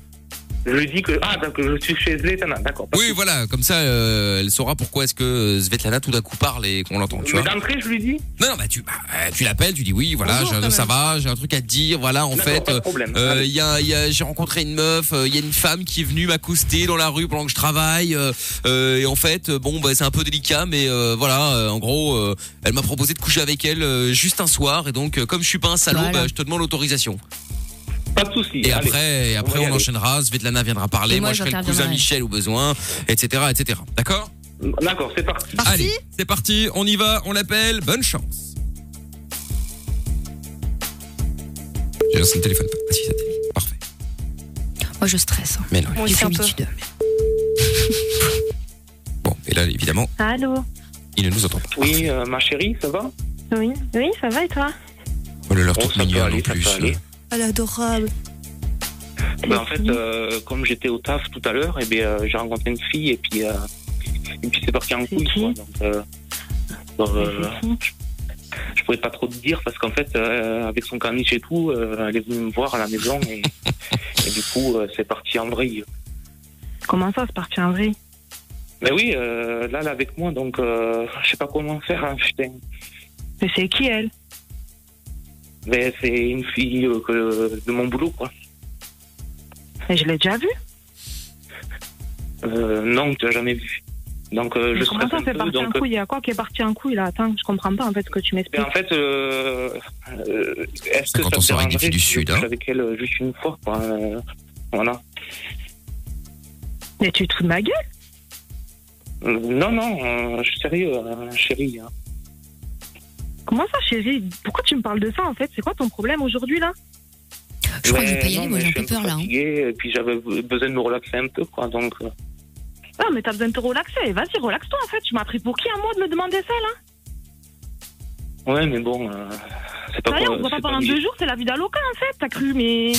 H: Je lui dis que ah donc je suis chez Zletana, d'accord.
A: Oui, voilà, comme ça euh, elle saura pourquoi est-ce que euh, Svetlana tout d'un coup parle et qu'on l'entend, tu
H: Mais
A: vois.
H: d'entrée, je lui dis.
A: Non non, bah tu bah, euh, tu l'appelles, tu dis oui, voilà,
G: Bonjour,
A: j'ai-
G: quand
A: ça
G: même.
A: va, j'ai un truc à te dire, voilà, en
H: D'accord,
A: fait
H: pas de problème.
A: Euh,
H: Allez.
A: il y a, il y a- j'ai rencontré une meuf, euh, il y a une femme qui est venue m'accoster dans la rue pendant que je travaille. euh, euh, et en fait, euh, bon, bah, c'est un peu délicat, mais euh, voilà, euh, en gros, euh, elle m'a proposé de coucher avec elle euh, juste un soir. Et donc, euh, comme je suis pas un salaud,
E: Voilà.
A: bah, je te demande l'autorisation.
H: Pas de souci.
A: Et
H: allez.
A: après, et après
H: va y
A: on
H: aller.
A: enchaînera. Svetlana viendra parler.
E: Et
A: moi,
E: moi,
A: je serai le cousin
E: j'interviendrai.
A: Michel au besoin, etc., etc. D'accord
H: D'accord, c'est parti.
G: Parti
A: Allez, c'est parti. On y va. On l'appelle. Bonne chance. J'ai lancé le téléphone. Ah, si, ça t'est- Parfait.
E: Moi, je stresse. hein.
A: Mais non.
G: Moi
E: Du
G: aussi un peu.
E: fumitude.
A: Bon, et là, évidemment,
F: Allô
A: il ne nous entend pas.
H: Oui, euh, ma chérie, ça va
F: Oui, oui, ça va et toi
A: Oh, le leur
H: Oh,
A: toute
H: ça peut
A: mignonne
H: aller,
A: en
H: ça peut
A: plus. euh,
H: aller.
G: Elle est adorable.
H: Ben, En fait, euh, comme j'étais au taf tout à l'heure, et ben, euh, j'ai rencontré une fille et puis, euh, et puis c'est parti en couille.
F: qui
H: Quoi, donc, euh, donc, euh, je pouvais pas trop te dire parce qu'en fait, euh, avec son caniche et tout, euh, elle est venue me voir à la maison
F: *laughs*
H: et, et du coup, euh, c'est parti en vrille.
F: Comment ça, c'est parti en vrai
H: Mais oui, euh, là, elle est avec moi, donc euh, je sais pas comment faire. hein, putain.
F: Mais c'est qui elle
H: Mais c'est une fille euh, que- de mon boulot, quoi.
F: Mais je l'ai déjà vue.
H: Euh, non, tu l'as jamais vu. Donc euh, je
F: Mais comment
H: stresse
F: ça,
H: un
F: c'est
H: peu.
F: parti en
H: Donc,
F: couille Il y a quoi qui est parti en couille là Attends, je comprends pas en fait ce que tu
H: Mais
F: m'expliques.
H: en fait, euh, euh, est-ce
A: C'est
H: que
A: quand
H: ça
A: on sort avec
H: te
A: des filles du
H: dérangerait si
A: Sud,
H: je
A: hein.
H: couche avec elle euh, juste une fois, quoi. euh, voilà.
F: Mais tu te fous de ma gueule
H: Euh, Non, non, euh, je suis sérieux, euh, chérie. hein.
F: Comment ça, chérie Pourquoi tu me parles de ça en fait C'est quoi ton problème aujourd'hui là
E: Je crois que je vais
H: Ouais,
E: pas y aller,
H: non,
E: moi,
H: mais
E: j'ai un
H: je
E: peu
H: suis
E: peur là. hein.
H: fatigué, et puis j'avais besoin de me relaxer un peu, quoi. Donc, euh,
F: Ah, mais t'as besoin de te relaxer. Vas-y, relaxe-toi en fait. Tu m'as pris pour qui à moi de me demander ça là
H: ouais, mais bon, euh, c'est pas
F: Sérieux,
H: pour-
F: Bah on se
H: c'est
F: voit pas
H: pas
F: pendant
H: obligé.
F: deux jours, c'est la vie d'Aloca en fait. T'as cru, mais.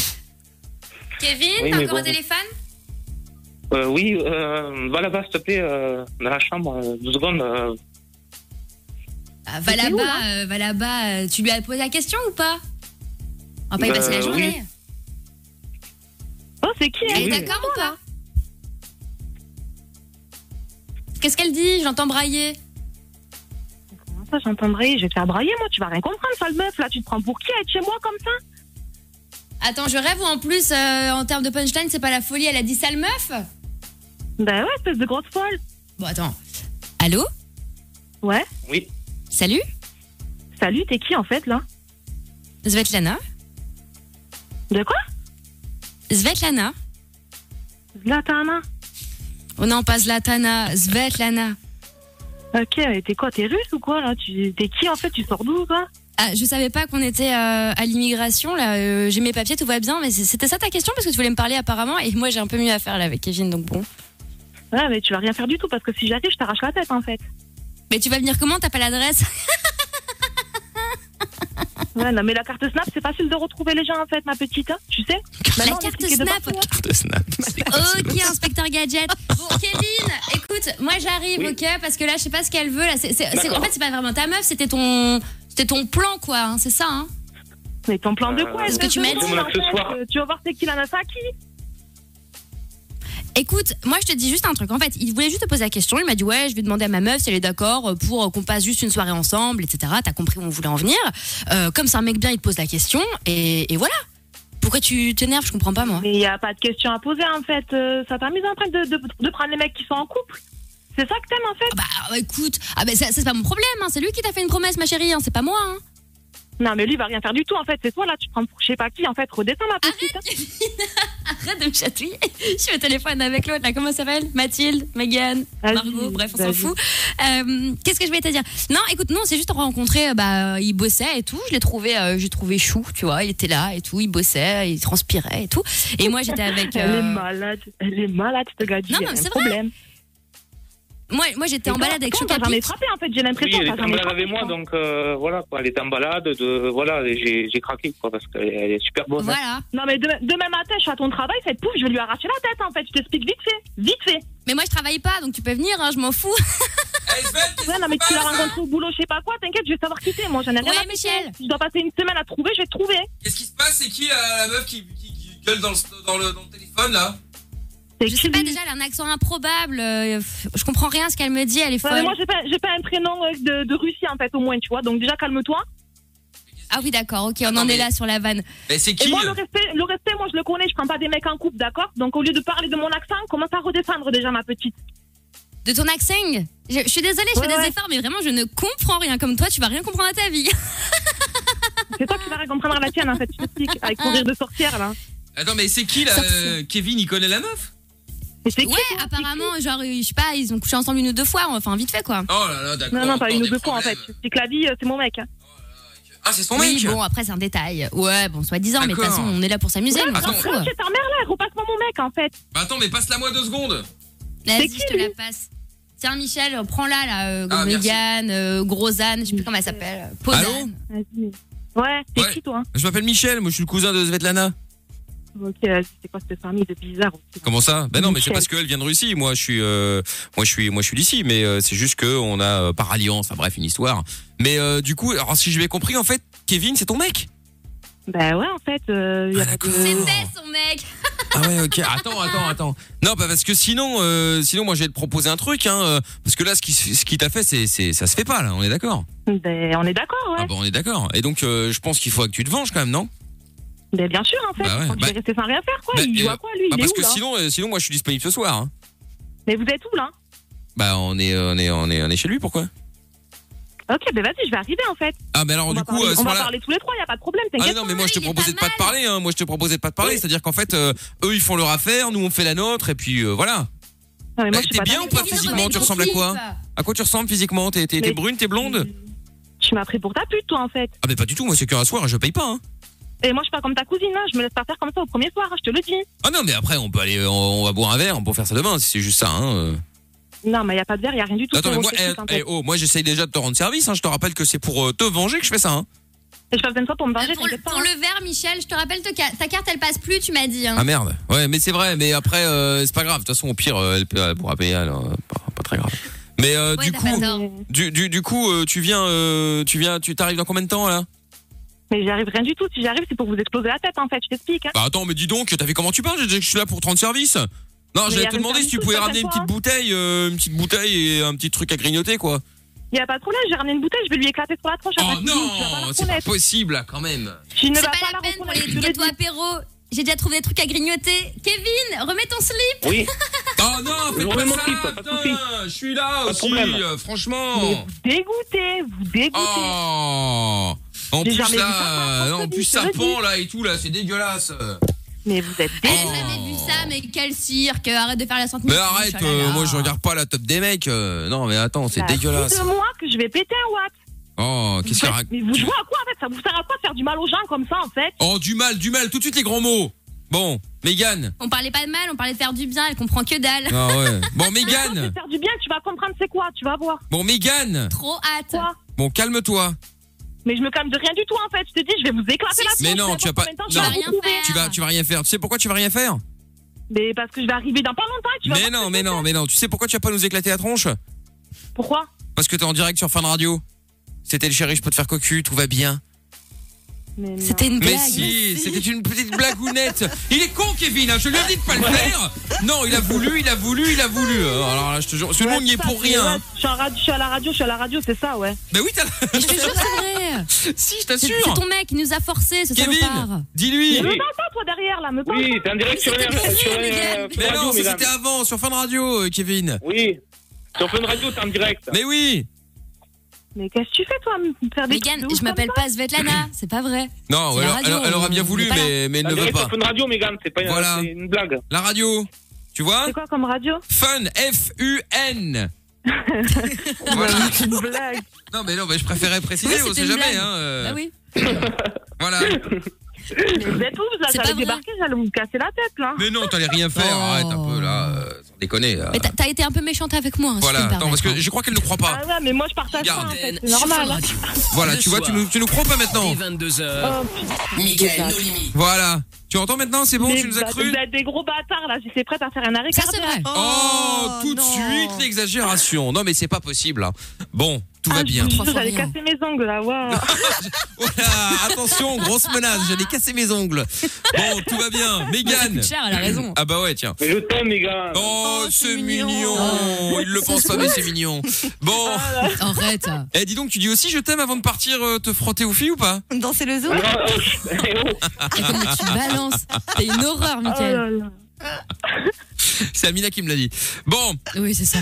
E: Kevin,
H: Oui,
E: t'as
H: mais
E: encore un
H: bon.
E: téléphone
H: Euh, oui, euh, va là-bas, s'il te plaît, euh, dans la chambre, euh, deux secondes. euh,
E: Bah, Va
F: Mais t'es où,
E: là-bas, euh, va là-bas. euh, Tu lui as posé la question ou pas On va pas y
H: Bah,
E: passer la
H: oui.
E: journée.
F: Oh, c'est qui elle
E: Elle est
H: oui.
E: d'accord ou pas Qu'est-ce qu'elle dit J'entends brailler.
F: Comment ça, j'entendrai Je vais te faire brailler moi. Tu vas rien comprendre, sale meuf là. Tu te prends pour qui à être chez moi comme ça
E: Attends, je rêve ou en plus, euh, en termes de punchline, c'est pas la folie, elle a dit sale meuf
F: Ben ouais, espèce de grosse folle.
E: Bon, attends. Allô
F: Ouais.
H: oui,
E: Salut
F: Salut, t'es qui en fait là
E: Svetlana
F: De quoi
E: Svetlana
F: Zlatana.
E: Oh non, pas Zlatana, Svetlana.
F: Ok, mais t'es quoi T'es russe ou quoi là Tu- T'es qui en fait Tu sors d'où quoi
E: Ah, je savais pas qu'on était euh, à l'immigration, là. euh, j'ai mes papiers, tout va bien, mais c'est- c'était ça ta question parce que tu voulais me parler apparemment et moi j'ai un peu mieux à faire là avec Kevin, donc bon.
F: Ouais, mais tu vas rien faire du tout parce que si j'arrive, je t'arrache la tête en fait.
E: Mais tu vas venir comment T'as pas l'adresse
F: Ouais, non, mais la carte Snap, c'est facile de retrouver les gens en fait, ma petite, hein, tu sais
E: La
F: on est
E: carte
F: fliqués de
E: Snap.
F: partout, hein.
A: Carte
F: *laughs*
A: Snap.
F: Oh,
E: Ok, inspecteur gadget. Bon, Kevin, écoute, moi j'arrive,
H: Oui.
E: ok, parce que là je sais pas ce qu'elle veut. Là, c'est, c'est- c'est- en
H: D'accord.
E: fait, c'est pas vraiment ta meuf, c'était ton, c'était ton plan, quoi. hein, c'est ça. Hein.
F: Mais ton plan de
H: Euh,
F: quoi
H: Parce
F: elle
E: que
F: veut
E: tu m'as
F: deux
E: dit.
F: ans, en fait,
H: Accessoire.
F: euh, Tu vas voir, c'est qui la nasa qui
E: Écoute, moi je te dis juste un truc. En fait, il voulait juste te poser la question. Il m'a dit ouais, je vais demander à ma meuf si elle est d'accord euh, pour qu'on passe juste une soirée ensemble, etc. T'as compris où on voulait en venir. Euh, comme c'est un mec bien, il te pose la question et, et voilà. Pourquoi tu t'énerves Je comprends pas moi.
F: Mais il n'y a pas de question à poser en fait. Euh, ça t'a mis en train de, de, de prendre les mecs qui sont en couple. C'est ça que t'aimes en fait
E: Ah Bah écoute, ah bah, ça, ça, c'est pas mon problème. hein. C'est lui qui t'a fait une promesse, ma chérie. hein, C'est pas moi. hein.
F: Non, mais lui, il va rien faire du tout en fait. C'est toi là, tu te prends pour je sais pas qui en fait. Redescends ma petite. hein.
E: Arrête de me chatouiller. *laughs* Je suis au téléphone avec l'autre, là. Comment ça s'appelle Mathilde, Megan,
F: Vas-y,
E: Margot, bref, on s'en
F: vas-y.
E: fout. Euh, Qu'est-ce que je vais te dire Non, écoute, nous, on s'est juste rencontrés. euh, Bah, euh, il bossait et tout. Je l'ai trouvé, euh, j'ai trouvé chou, tu vois. Il était là et tout. Il bossait, il transpirait et tout. Et moi, j'étais avec.
F: *laughs* Elle est
E: euh,
F: malade. Elle est malade, cette gadji.
E: Non,
F: elle
E: non,
F: a un
E: c'est vrai.
F: problème.
E: euh, moi, moi j'étais en
F: Mais toi,
E: balade avec
F: toi,
E: Choucapic.
F: T'as jamais frappé en fait, j'ai
H: oui,
F: l'impression.
H: elle
F: t'as
H: était en
F: jamais
H: balade
F: frappé,
H: avec moi,
F: je pense.
H: donc euh, voilà, quoi, elle était en balade, de, voilà, et j'ai j'ai craqué, quoi, parce qu'elle elle est super bonne. hein.
E: Voilà.
F: Non, mais demain, demain matin, je suis à ton travail, cette pouf, je vais lui arracher la tête en fait. Je t'explique vite fait. Vite fait.
E: Mais moi, je travaille pas, donc tu peux venir, hein, je m'en fous. *laughs*
A: Eh,
F: Ouais, non, mais tu l'as rencontré au boulot, je sais pas quoi, t'inquiète, je vais savoir qui t'es. Moi, j'en ai rien
E: Ouais,
F: à péter.
E: Michel.
F: Si je dois passer une semaine à trouver, je vais te trouver.
A: Qu'est-ce qui se passe C'est qui euh, la, meuf qui, gueule dans le, dans, le, téléphone là
F: C'est
E: Je sais pas,
F: qui
E: Bah, déjà, elle a un accent improbable. euh, pff, je comprends rien à ce qu'elle me dit, elle est
F: Ouais, mais
E: folle.
F: moi, j'ai pas, j'ai pas un prénom euh, de, de Russie en fait, au moins, tu vois. Donc, déjà, calme-toi.
E: Ah oui, d'accord, ok, on
A: Attends,
E: en
A: mais-
E: est là sur la vanne.
A: Mais Eh, c'est
F: Et
A: qui
F: moi, le respect, le respect, moi, je le connais, je prends pas des mecs en couple, d'accord Donc, au lieu de parler de mon accent, commence à redescendre déjà, ma petite.
E: De ton accent Je, je suis désolée, je fais
F: Ouais,
E: des
F: ouais.
E: efforts, mais vraiment, je ne comprends rien. Comme toi, tu vas rien comprendre à ta vie.
F: C'est toi qui vas rien comprendre à la tienne, en fait, je t'explique, avec ton rire de sorcière, là.
A: Attends, mais c'est qui là euh, Kevin, il connaît la meuf
F: Mais c'est qui,
E: Ouais,
F: toi
E: apparemment, genre, euh, je sais pas, ils ont couché ensemble une ou deux fois, enfin, vite fait, quoi.
A: Oh là là, d'accord.
F: Non, non, pas
A: encore
F: une ou
A: des
F: deux fois, en fait.
A: problèmes.
F: Je t'explique la vie, euh, c'est mon mec. hein.
A: Ah, c'est son
E: oui,
A: mec
E: bon, après, c'est un détail. Ouais, bon, soi-disant, mais de toute
A: D'accord.
E: façon, on est là pour s'amuser, mais on
A: Attends.
E: s'en fout.
F: Chez ta mère, là, repasse-moi mon mec, en fait.
A: Bah attends, mais passe-la moi deux secondes
E: Vas-y,
F: qui,
E: je te
F: lui
E: la passe. Tiens, Michel, prends-la, là. Euh,
A: Ah, merci.
E: Mégane, euh, Grosane, je sais plus comment elle s'appelle. euh, Posane.
A: Allô
F: Vas-y. Ouais, c'est
A: Ouais.
F: qui, toi hein
A: Je m'appelle Michel, moi je suis le cousin de Svetlana.
F: Ok, vas-y, c'est quoi cette famille de bizarre aussi
A: Comment ça Ben non, mais c'est
F: Michel.
A: parce qu'elle vient de Russie. Moi, je suis, euh, moi, je suis, moi, je suis d'ici. Mais euh, c'est juste que on a euh, par alliance, enfin bref, une histoire. Mais euh, du coup, alors si je l'ai compris, en fait, Kevin, c'est ton mec.
F: Bah ouais, en fait, euh, y a
A: Ah,
F: pas de-
A: d'accord.
E: C'était son mec.
A: Ah ouais, ok. Attends, attends, attends. Non, bah, parce que sinon, euh, sinon, moi, je vais te proposer un truc, hein. euh, parce que là, ce qui, ce qui t'a fait, c'est, c'est, ça se fait pas, là. On est d'accord.
F: Ben, on est d'accord, ouais.
A: Ah bon, on est d'accord. Et donc, euh, je pense qu'il faut que tu te venges quand même, non
F: Ben, bien sûr, en fait.
A: Bah ouais,
F: Quand
A: bah-
F: tu vas rester sans rien faire, quoi.
A: Bah,
F: il joue
A: euh,
F: à quoi, lui
A: Ah,
F: Il est
A: parce
F: où,
A: que
F: là
A: sinon, euh, sinon, moi, je suis disponible ce soir. Hein.
F: Mais vous êtes où, là
A: Bah, on est, on est, on est, on est chez lui. Pourquoi
F: Ok, ben vas-y, je vais arriver, en fait.
A: Ah, mais alors,
F: on
A: du
F: va,
A: coup,
F: parler,
A: euh, à ce
F: on va
A: moment-là-
F: parler tous les trois, y a pas de problème,
A: Ah
F: t'inquiète.
A: non mais moi je te
E: il est
A: proposais de
E: pas
A: pas te
E: mal.
A: parler hein. moi je te proposais de pas te parler, c'est-à-dire qu'en fait euh, eux ils font leur affaire, nous on fait la nôtre et puis euh, voilà.
F: Non, mais moi,
A: Eh,
F: je suis
A: t'es
F: pas
A: bien ou
F: dingue.
A: pas
E: Kevin,
A: physiquement,
E: remets
A: tu
E: ton
A: ressembles à quoi
E: slip.
A: À quoi tu ressembles physiquement T'es t'es- t'es
F: Mais-
A: brune, t'es blonde
F: Tu m'as pris pour ta pute, toi, en fait.
A: Ah mais pas du tout, moi c'est qu'un soir, je paye pas hein.
F: Et moi, je suis pas comme ta cousine, hein. Je me laisse pas faire comme ça au premier soir, hein, je te le dis.
A: Ah non mais après on peut aller euh, on, on va boire un verre, on peut faire ça demain si c'est juste ça hein. euh.
F: Non, mais y a pas de verre, y a rien du tout.
A: Attends mais
F: frérot,
A: moi
F: je
A: eh,
F: t'explique, en fait.
A: eh, oh, moi j'essaye déjà de te rendre service hein. je te rappelle que c'est pour euh, te venger que je fais ça hein.
F: Et je fais besoin de toi pour me venger,
E: Pour, le-
F: t'inquiète pas. hein.
E: pour le verre, Michel, je te rappelle, ta, ca- ta carte, elle passe plus, tu m'as dit. Hein.
A: Ah merde. Ouais mais c'est vrai mais après euh, c'est pas grave, de toute façon au pire euh, elle, peut- elle pourra payer alors euh, pas, pas très grave. Mais euh,
E: Ouais,
A: du
E: t'as
A: coup
E: pas tort.
F: Mais-
A: du, du, du coup euh, tu viens euh, tu viens tu t'arrives dans combien de temps là
F: Mais j'y arrive rien du tout. Si j'y arrive, c'est pour vous exploser la tête, en fait. Je t'explique. hein.
A: Bah attends, mais dis donc, t'as vu comment tu parles J'ai dit que je suis là pour te rendre service. Non,
F: Mais y
A: j'allais
F: a
A: te
F: rien
A: demander
F: de
A: si tu
F: service,
A: pouvais
F: ça hein.
A: ramener une
F: fait
A: petite
F: quoi
A: bouteille, euh, une petite bouteille et un petit truc à grignoter quoi.
F: Y a pas de problème. J'ai ramené une bouteille. Je vais lui éclater sur la tronche. à
A: Oh
F: ta cousine, tu vas pas la
A: non, c'est pas
F: reconnaître.
A: possible là quand même.
F: Tu ne
E: C'est
F: vas
E: pas,
F: pas
E: la peine pour
F: reconnaître,
E: les
F: je te le
E: gâteaux apéro. J'ai déjà trouvé des trucs à grignoter. Kevin, remets ton slip.
H: Oui,
A: Oh non, fais
H: Non,
A: pas
H: mais mon
A: ça,
H: fils, pas de
A: putain,
H: soucis.
A: je suis là
H: de
A: aussi,
H: problème.
A: euh,
F: Mais
A: franchement.
F: vous dégoûtez, vous dégoûtez.
A: Oh en
F: J'ai
A: plus
F: jamais vu ça,
A: là,
F: moi,
A: euh, en
F: mercredi,
A: plus ça
F: jeudi.
A: pend là et tout là, c'est dégueulasse.
F: Mais vous êtes
A: Ah,
E: J'ai
F: dégoûtés.
E: jamais vu ça, mais quel cirque. Arrête de faire la Oh santé.
A: Mais arrête, euh, moi je regarde pas la top des mecs. euh, non mais attends, c'est
F: Bah, euh,
A: dégueulasse.
F: fous de moi que je vais péter un watt.
A: Oh, qu'est-ce qu'il y a
F: Mais vous jouez à quoi en fait Ça vous sert à quoi de faire du mal aux gens comme ça en fait
A: Oh du mal, du mal, tout de suite les grands mots. Bon, Mégane.
E: On parlait pas de mal, on parlait de faire du bien, elle comprend que dalle. *laughs*
A: Ah ouais. Bon,
F: Quand
A: Mégane.
F: c'est faire du bien, tu vas comprendre c'est quoi, tu vas voir.
A: Bon, Mégane.
E: Trop hâte.
F: Quoi
A: Bon, calme-toi.
F: Mais je me calme de rien du tout en fait. Je te dis, je vais vous éclater
E: Si,
F: la
E: si.
A: Mais
F: tronche,
A: non,
F: peu
A: tu vas
F: importe
A: pas-
F: combien de temps
A: non.
F: je
E: Tu
F: vais
E: vas rien
F: vous couper.
E: faire.
A: Tu vas, tu vas rien faire. Tu sais pourquoi tu vas rien faire
F: Mais parce que je vais arriver dans pas longtemps, et tu vas
A: Mais
F: voir
A: non,
F: ce
A: mais
F: que
A: non, mais non. Tu sais pourquoi tu vas pas nous éclater la tronche
F: c'est. Pourquoi
A: Parce que t'es en direct sur Fun Radio. C'était le chéri, je peux te faire cocu, tout va bien.
F: Mais non.
E: C'était une
A: Mais
E: blague.
A: si, c'était une petite blagounette. Il est con, Kevin. hein, je lui ai dit de pas le faire. Non, il a voulu, il a voulu, il a voulu. Euh, Alors là, je te jure, parce que nous
F: Ouais,
A: on y
F: c'est
A: est
F: ça,
A: pour
F: c'est-
A: rien.
F: Ah, ouais, je, suis en radio- je suis à la radio, je suis à la radio, c'est ça, ouais.
A: Mais oui, t'as. *laughs*
E: Mais je te jure, c'est vrai.
A: Si, je
E: C'est c'est
A: t'assure.
E: ton mec, il nous a forcé, ce salopard.
A: Kevin, dis-lui.
F: Mais
H: Oui.
F: t'entends, toi, derrière, là, me parle
H: oui, t'es en direct sur les. Sur les euh,
A: Mais
H: radio,
A: non, ça,
H: mesdames.
A: c'était avant sur Fun Radio, euh, Kevin.
H: Oui. Sur Fun Radio, t'es en direct.
A: Mais oui.
F: Mais qu'est-ce que tu fais, toi, me faire des trucs de
E: Mégane,
F: ouf
E: je m'appelle
F: comme
A: *coughs*
E: pas Svetlana, c'est pas vrai.
A: Non,
E: C'est
A: elle,
E: la radio,
A: elle- elle aura bien
E: on
A: voulu,
E: est pas
A: mais, mais elle
H: En
A: ne veut
H: direct
A: pas.
H: sur Fun Radio, Mégane, c'est pas une-
A: Voilà.
H: c'est une blague.
A: La radio, tu
F: ça
A: vois
F: C'est quoi comme radio
A: Fun,
E: *laughs*
A: F-U-N. voilà.
F: C'est une blague.
A: Non, mais non, mais je préférais préciser,
E: Oui,
A: on
E: c'était
A: sait
E: une
A: jamais.
E: blague.
A: Hein, euh,
E: Bah oui.
A: Voilà.
F: *laughs* Mais vous êtes ouf, là,
E: C'est pas
F: j'allais
E: vrai.
F: débarquer, j'allais vous casser la tête, là.
A: Mais non, t'allais rien faire,
E: Oh.
A: arrête un peu là, euh, sans déconner. là.
E: Mais t'as- t'as été un peu méchante avec moi, hein, si je
A: Voilà,
E: peux me
A: attends, parce que
E: permettre,
A: je crois qu'elle ne croit pas.
F: Ah ouais, mais moi, je partage ça, en
A: Garden,
F: fait, c'est normal. hein.
A: Voilà, tu vois, tu nous, tu nous crois pas maintenant.
B: 22h,
F: Oh, putain,
B: Mickaël, nos limites.
A: Voilà. Tu entends maintenant, c'est bon, tu nous as
F: bah,
A: cru
F: Vous êtes des gros bâtards, là, j'étais prête à faire un arrêt
E: hein. Ça, c'est
F: cardiaque.
E: vrai.
A: Oh, tout de
G: non.
A: suite, l'exagération. Non, mais c'est pas possible. hein. Bon, tout
F: Ah,
A: va
F: je
A: bien.
F: vous jure,
E: Trois fois
F: J'allais
E: rien.
F: casser mes ongles, là, waouh. Oh
A: *laughs* Voilà, attention, grosse menace, j'allais casser mes ongles. Bon, tout va bien. Mégane.
E: Cher, elle a raison.
A: *coughs* Ah bah ouais, tiens.
H: Mais je t'aime, Mégane.
A: Oh, c'est
G: c'est
A: mignon.
G: mignon.
A: Il le
E: C'est
A: pense pas, mais c'est mignon. Bon.
E: Arrête.
A: Eh, dis donc, tu dis aussi je t'aime avant de partir euh, te frotter aux filles ou pas
G: Danser le zoo
H: Non, oh, *laughs* eh oh.
E: Et comment tu balances T'es une horreur,
F: Oh
E: Mickaël.
F: là là.
A: C'est Amina qui me l'a dit. Bon,
E: Oui, c'est ça.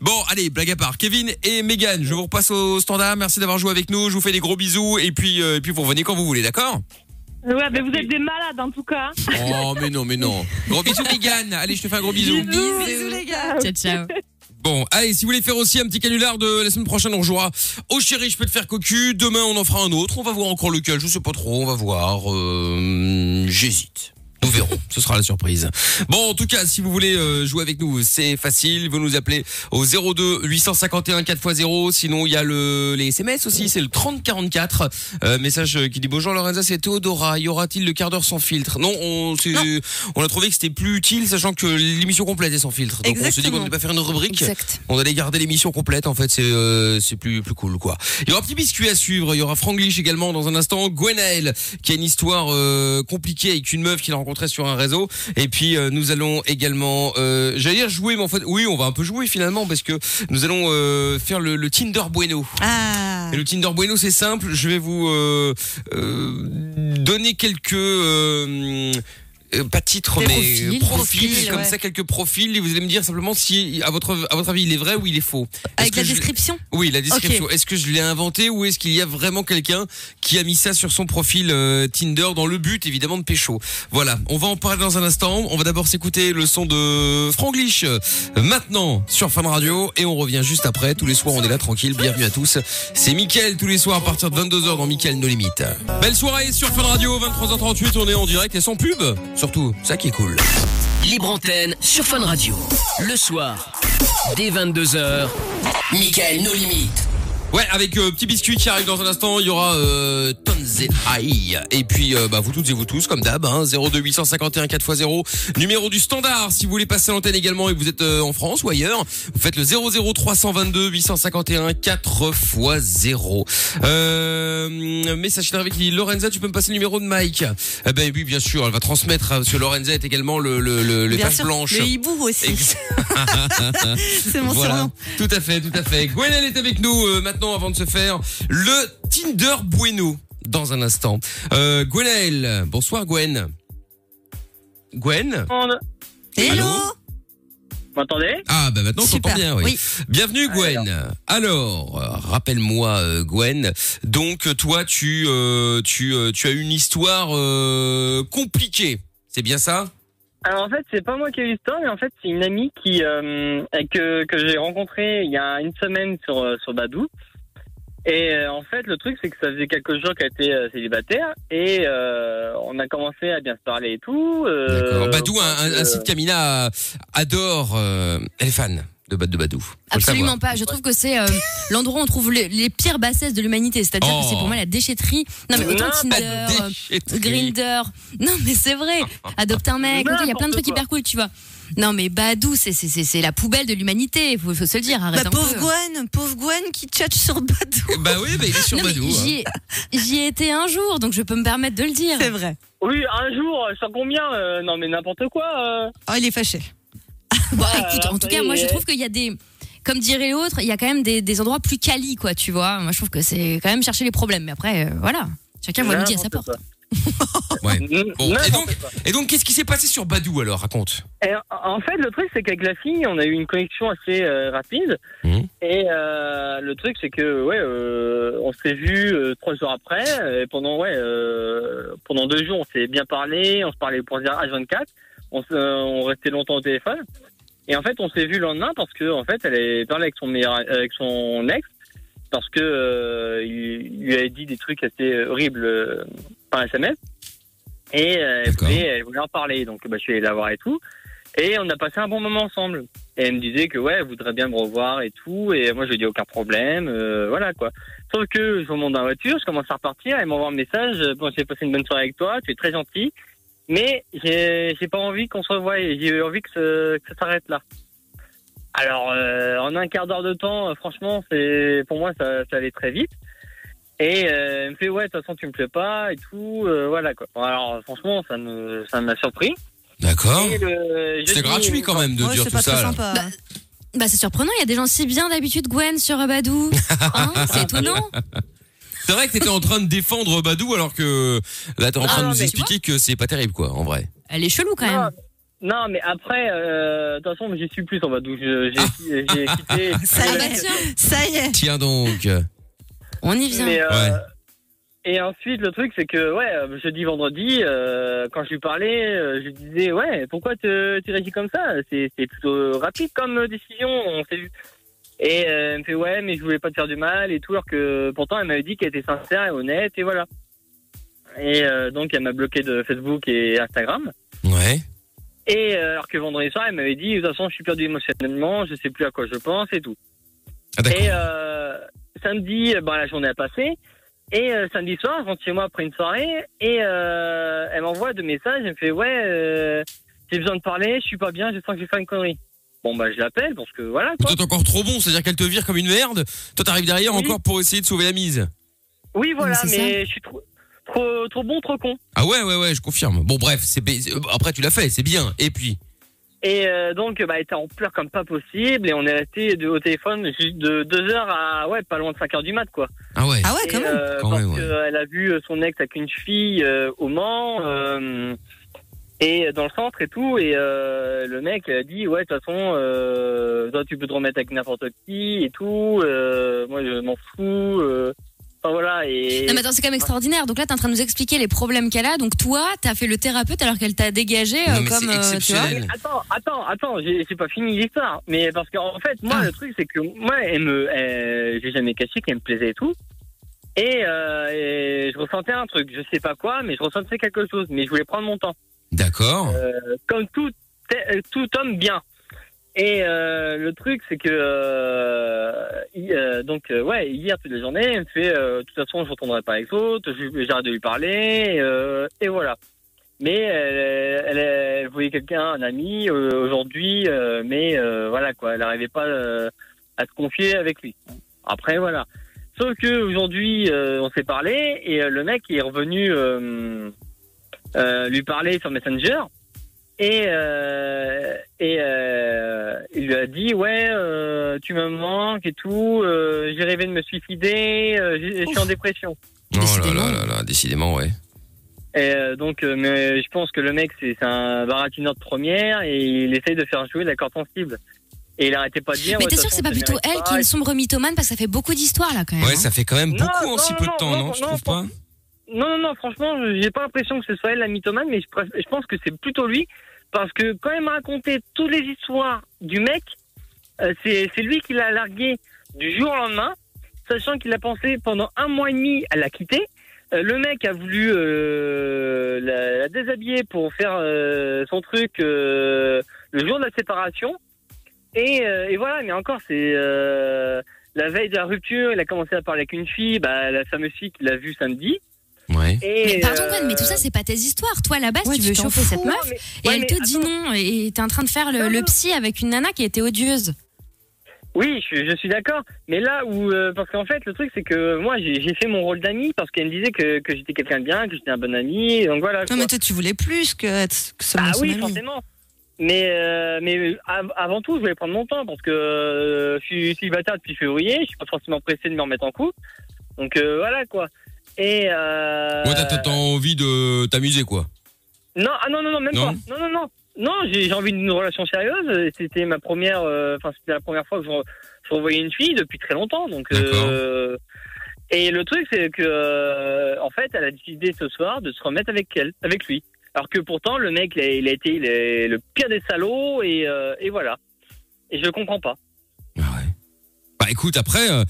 A: bon, allez, blague à part. Kevin et Megan, je vous repasse au standard. Merci d'avoir joué avec nous. Je vous fais des gros bisous et puis euh, et puis vous revenez quand vous voulez, d'accord
J: Ouais, mais vous êtes des malades en tout cas.
A: Oh, mais non, mais non. Gros bisous Megan. Allez, je te fais un gros bisou.
G: Bisous les gars.
E: Ciao, ciao.
A: Bon, allez, si vous voulez faire aussi un petit canular de la semaine prochaine, on jouera au chéri, je peux te faire cocu. Demain, on en fera un autre. On va voir encore lequel, je sais pas trop. On va voir. Euh, J'hésite. Nous verrons, ce sera la surprise. Bon, en tout cas, si vous voulez euh, jouer avec nous, c'est facile. Vous nous appelez au 02 851 4x0. Sinon, il y a le, les SMS aussi, c'est le 3044. Euh, message euh, qui dit Bonjour Lorenza, c'est Théodora. Y aura-t-il le quart d'heure sans filtre Non, on, c'est- on a trouvé que c'était plus utile, sachant que l'émission complète est sans filtre. Donc on se dit qu'on
G: Exactement.
A: ne peut pas faire une rubrique.
E: Exact.
A: On allait garder l'émission complète, en fait, c'est euh, c'est plus plus cool quoi. Il y aura un petit biscuit à suivre, il y aura Franglish également dans un instant, Gwenaël qui a une histoire euh, compliquée avec une meuf qu'il a rencontrée sur un réseau et puis euh, nous allons également euh, j'allais dire jouer mais en fait oui, on va un peu jouer finalement parce que nous allons euh, faire le, le Tinder Bueno.
G: Ah.
A: Et le Tinder Bueno, c'est simple. Je vais vous euh, euh, donner quelques euh, euh, pas titres
E: Des
A: mais
E: profils,
A: profils,
E: profils,
A: comme
G: ouais.
A: ça quelques profils et vous allez me dire simplement si à votre à votre avis il est vrai ou il est faux. Est-ce
G: Avec
A: que
G: la
A: je-
G: description.
A: Oui, la description. Est-ce que je l'ai inventé ou est-ce qu'il y a vraiment quelqu'un qui a mis ça sur son profil euh, Tinder dans le but évidemment de pécho. Voilà, on va en parler dans un instant. On va d'abord s'écouter le son de Franglish euh, maintenant sur Fun Radio et on revient juste après. Tous les soirs, on est là tranquille. Bienvenue à tous. C'est Mickaël tous les soirs à partir de 22h dans Mickaël No Limites. Belle soirée sur Fun Radio, 23h38, on est en direct et sans pub. Surtout, ça qui est cool.
B: Libre antenne sur Fun Radio. Le soir, dès 22h, Michael No Limites.
A: Ouais, avec euh, petit biscuit qui arrive dans un instant, il y aura euh, Tonze Aïe. Et puis euh, bah, vous toutes et vous tous, comme d'hab, hein, 02851 4x0, numéro du standard. Si vous voulez passer à l'antenne également et que vous êtes euh, en France ou ailleurs, vous faites le 00322 851 4x0. Euh, message qui est arrivé qui dit Lorenza, tu peux me passer le numéro de Mike Eh ben oui, bien sûr, elle va transmettre, hein, parce que Lorenza est également le, le, le, le
G: Bien
A: page
G: sûr,
A: blanche.
G: Le hibou aussi.
A: Ex-
G: *laughs* C'est mon
A: Voilà,
G: surnom.
A: tout à fait, tout à fait. Gwenelle est avec nous euh, maintenant avant de se faire le Tinder Bueno dans un instant. Euh, Gwenelle, bonsoir Gwen. Gwen
G: Hello.
A: Allô
F: Vous m'entendez
A: Ah bah maintenant on
G: Super.
A: s'entend bien, oui. Bienvenue Gwen. Alors, euh, rappelle-moi euh, Gwen, donc euh, toi tu euh, tu euh, tu as une histoire euh, compliquée. C'est bien ça
F: Alors en fait, c'est pas moi qui ai eu l'histoire, mais en fait, c'est une amie qui euh, et que, que j'ai rencontrée il y a une semaine sur, euh, sur Badou. Et euh, en fait, le truc, c'est que ça faisait quelques jours qu'elle était euh, célibataire et euh, on a commencé à bien se parler et tout. euh,
A: D'accord. Badou, un, un- un
F: euh,
A: site Camina adore, euh, elle est fan de, Ba- de Badou. Faut le savoir.
E: Absolument pas. Je trouve que c'est euh, l'endroit où on trouve les, les pires bassesses de l'humanité. C'est-à-dire
A: Oh.
E: que c'est pour moi la déchetterie. Non mais autant
F: Non,
E: Tinder,
A: Ah,
E: euh,
A: déchetterie.
E: Grinder. Non mais c'est vrai. Adopte un mec. ok, Il y a plein de
F: N'importe
E: trucs
F: quoi.
E: hyper cool, tu vois. Non mais Badou, c'est c'est- c'est- c'est la poubelle de l'humanité. Faut, faut se le dire. Arrête
G: Bah,
E: un
G: pauvre
E: peu.
G: Gwen, pauvre Gwen qui tchatche sur Badou.
A: Bah oui, bah, il est sur
E: Non, mais
A: Badou. hein.
E: j'y ai- J'y ai été un jour, donc je peux me permettre de le dire.
G: C'est vrai.
F: Oui, un jour, sans combien euh, Non, mais n'importe quoi. euh.
G: Oh, il est fâché.
E: Bah,
F: Ah,
E: écoute,
F: alors,
E: en tout
F: ça y
E: cas, moi,
F: est.
E: je trouve qu'il y a des. Comme dirait l'autre, il y a quand même des, des endroits plus quali, quoi, tu vois. Moi, je trouve que c'est quand même chercher les problèmes. Mais après, euh, voilà. Chacun voit midi à sa
F: N'importe
E: porte.
F: quoi.
A: Ouais.
F: N-
A: Bon, et
F: n'importe
A: donc, et donc qu'est-ce qui s'est passé sur Badou alors Raconte.
F: Et en- en fait, le truc, c'est qu'avec la fille, on a eu une connexion assez euh, rapide.
A: Mhm.
F: Et euh, le truc, c'est que, ouais, euh, on s'est vu euh, trois jours après. Et pendant, ouais, euh, pendant deux jours, on s'est bien parlé. On se parlait pour dire H24. On, se- euh, on restait longtemps au téléphone. Et en fait, on s'est vu le lendemain parce que, en fait, elle est parlé avec son meilleur, avec son ex. Parce que euh, il il lui avait dit des trucs assez horribles euh, par SMS. Et
C: Eh
F: euh, elle,
A: D'accord.
F: voulait, elle voulait en parler. Donc, bah, je suis allé la voir et tout. Et on a passé un bon moment ensemble. Et elle me disait que ouais, elle voudrait bien me revoir et tout. Et moi, je lui ai dit aucun problème, euh, voilà quoi. Sauf que je remonte dans la voiture, je commence à repartir, elle m'envoie un message. euh, Bon, j'ai passé une bonne soirée avec toi, tu es très gentil, mais j'ai j'ai pas envie qu'on se revoie. et J'ai envie que, ce- que ça s'arrête là. Alors, euh, en un quart d'heure de temps, euh, franchement, c'est pour moi, ça, ça allait très vite. Et euh, elle me fait ouais, de toute façon, tu me plais pas et tout, euh, voilà quoi. Bon, alors, franchement, ça me ça m'a surpris.
E: Ah.
A: D'accord.
F: Et le- je dis-
A: C'était gratuit quand même de
G: Ouais,
A: dire
G: Oh, c'est
A: tout
G: pas
A: ça.
G: très
A: là.
G: sympa.
E: Bah, Bah, c'est surprenant, il y a des gens si bien d'habitude, Gwen, sur euh, Badou. Hein, c'est étonnant.
A: C'est vrai que t'étais en train de défendre Badou alors que là t'es en
E: Ah,
A: train
E: non,
A: de nous
E: mais-
A: expliquer que c'est pas terrible quoi en vrai.
E: Elle est chelou quand
F: Non,
E: même.
F: Non, mais après, euh, de toute façon, j'y suis plus en bas, donc je- j'ai j'ai quitté.
G: Ça
E: Ah,
G: y est, ça y est.
A: Tiens donc.
E: bah, On y vient.
F: Mais, euh,
A: Ouais.
F: Et ensuite, le truc, c'est que, ouais, euh, jeudi, vendredi, euh, quand je lui parlais, euh, je lui disais, ouais, pourquoi te- tu réagis comme ça C'est c'est plutôt rapide comme euh, décision, on s'est vu. Et euh, elle me fait, ouais, mais je voulais pas te faire du mal et tout, alors que pourtant, elle m'avait dit qu'elle était sincère et honnête, et voilà. Et euh, donc, elle m'a bloqué de Facebook et Instagram.
A: Ouais.
F: Et euh, alors que vendredi soir, elle m'avait dit, de toute façon, je suis perdu émotionnellement, je sais plus à quoi je pense et tout.
A: Ah, d'accord.
F: Et euh, samedi, euh, bon, la journée a passé. Et euh, samedi soir, je rentre chez moi après une soirée. Et euh, elle m'envoie deux messages. Elle me fait Ouais, euh, j'ai besoin de parler, je suis pas bien, je sens que je vais faire une connerie. Bon, bah, je l'appelle parce que voilà
A: Mais Toi,
F: quoi.
A: t'es encore trop bon, c'est-à-dire qu'elle te vire comme une merde. Toi, t'arrives derrière
F: Oui.
A: encore pour essayer de sauver la mise.
F: Oui, voilà,
E: Mais c'est
F: mais, je suis trop, trop, trop bon, trop con.
A: Ah ouais, ouais, ouais, je confirme. Bon, bref, c'est ba- euh, après, tu l'as fait, c'est bien. Et puis,
F: Et euh, donc, bah, elle était en pleurs comme pas possible. Et on est resté de- au téléphone juste de 2h à, ouais, pas loin de 5h du mat quoi.
A: ah ouais.
G: Ah ouais, quand
F: Et,
G: même.
F: euh,
A: Quand
F: parce
A: même, ouais.
F: qu'elle a vu euh, son ex avec une fille euh, au Mans euh, et dans le centre et tout. Et euh, le mec a dit ouais de toute façon euh, toi tu peux te remettre avec n'importe qui et tout. euh, moi je m'en fous. euh. Enfin voilà et
E: Non mais attends, c'est quand même extraordinaire. Donc là, t'es en train de nous expliquer les problèmes qu'elle a. Donc toi, t'as fait le thérapeute alors qu'elle t'a dégagé euh,
A: Non, mais c'est
E: comme euh, tu vois.
A: exceptionnel.
F: Attends, attends, attends, j'ai j'ai pas fini l'histoire. Mais parce qu'en fait, moi,
G: Ah.
F: le truc, c'est que moi, elle me, elle- j'ai jamais caché qu'elle me plaisait et tout. Et, euh, et je ressentais un truc, je sais pas quoi, mais je ressentais quelque chose. Mais je voulais prendre mon temps.
A: D'accord.
F: Euh, comme tout, euh, tout homme bien. Et euh, le truc, c'est que euh, hi- euh, donc euh, ouais, hier toute la journée, elle me fait euh, de toute façon, je retournerai pas avec l'autre, je- j'arrête de lui parler, euh, et voilà. Mais elle, elle, elle voyait quelqu'un, un ami, euh, aujourd'hui, euh, mais euh, voilà quoi, elle n'arrivait pas euh, à se confier avec lui. Après voilà. Sauf que aujourd'hui, euh, on s'est parlé et euh, le mec est revenu euh, euh, lui parler sur Messenger et euh, et euh, il lui a dit ouais euh, tu me manques et tout euh, j'ai rêvé de me suicider euh, j'ai- je suis en dépression
A: Oh là
E: Décidément.
A: là là là, décidément, ouais.
F: et euh, donc euh, mais je pense que le mec c'est c'est un baratineur de première et il essaye de faire jouer la corde sensible et il arrêtait pas de dire
E: Mais
F: ouais,
E: t'es
F: de
E: sûr
F: toute
E: que c'est pas
F: façon,
E: plutôt
F: ça
E: elle
F: mérite
E: qui est
F: pas.
E: une sombre mythomane parce que ça fait beaucoup d'histoires là quand même.
A: Ouais,
E: hein.
A: ça fait quand même
F: Ah Non,
A: beaucoup en
F: non,
A: si peu de
F: non,
A: temps,
F: non,
A: non, tu
F: non,
A: trouves pas
F: non non non franchement j'ai pas l'impression que ce soit elle la mythomane mais je, préf- je pense que c'est plutôt lui parce que quand elle m'a raconté toutes les histoires du mec euh, c'est c'est lui qui l'a largué du jour au lendemain, sachant qu'il a pensé pendant un mois et demi à la quitter. Euh, le mec a voulu euh, la, la déshabiller pour faire euh, son truc euh, le jour de la séparation. Et, euh, et voilà, mais encore, c'est euh, la veille de la rupture, il a commencé à parler avec une fille, bah, la fameuse fille qu'il a vue samedi.
A: Ouais.
F: Et,
E: Mais pardon,
F: euh,
E: Gwen, mais tout ça, c'est pas tes histoires. Toi, à la base,
G: Ouais,
E: tu
G: tu
E: veux
G: t'en
E: chauffer
G: fous,
E: cette
F: Non,
E: meuf
F: mais-
E: et
F: ouais,
E: elle
F: mais
E: te
F: attends.
E: dit non. Et t'es en train de faire le,
F: Non,
E: le
F: non.
E: psy avec une nana qui était odieuse.
F: Oui, je, je suis d'accord. Mais là où, euh, parce qu'en fait, le truc, c'est que moi, j'ai j'ai fait mon rôle d'ami parce qu'elle me disait que, que j'étais quelqu'un de bien, que j'étais un bon ami. et Donc voilà.
G: Non,
F: quoi.
G: mais toi, tu voulais plus que, être- que
E: Bah
G: seulement
F: Ah
G: son
F: oui,
G: ami.
F: forcément. Mais, euh, mais av- avant tout, je voulais prendre mon temps parce que euh, je suis célibataire depuis février, je suis pas forcément pressé de me remettre en couple. Donc euh, voilà quoi. Et euh,
A: Ouais, t'as- t'as t'as envie de t'amuser, quoi.
F: non, ah non, non, non, même
A: Non.
F: pas. Non, non, non. Non, j'ai j'ai envie d'une relation sérieuse. C'était ma première, euh, enfin, c'était la première fois que je, re- je revoyais une fille depuis très longtemps. Donc, euh, et le truc, c'est que, euh, en fait, elle a décidé ce soir de se remettre avec elle, avec lui. Alors que pourtant, le mec, il a, il a été il est le pire des salauds et, euh, et voilà. Et je comprends pas.
A: Ah ouais. Bah écoute, après, euh,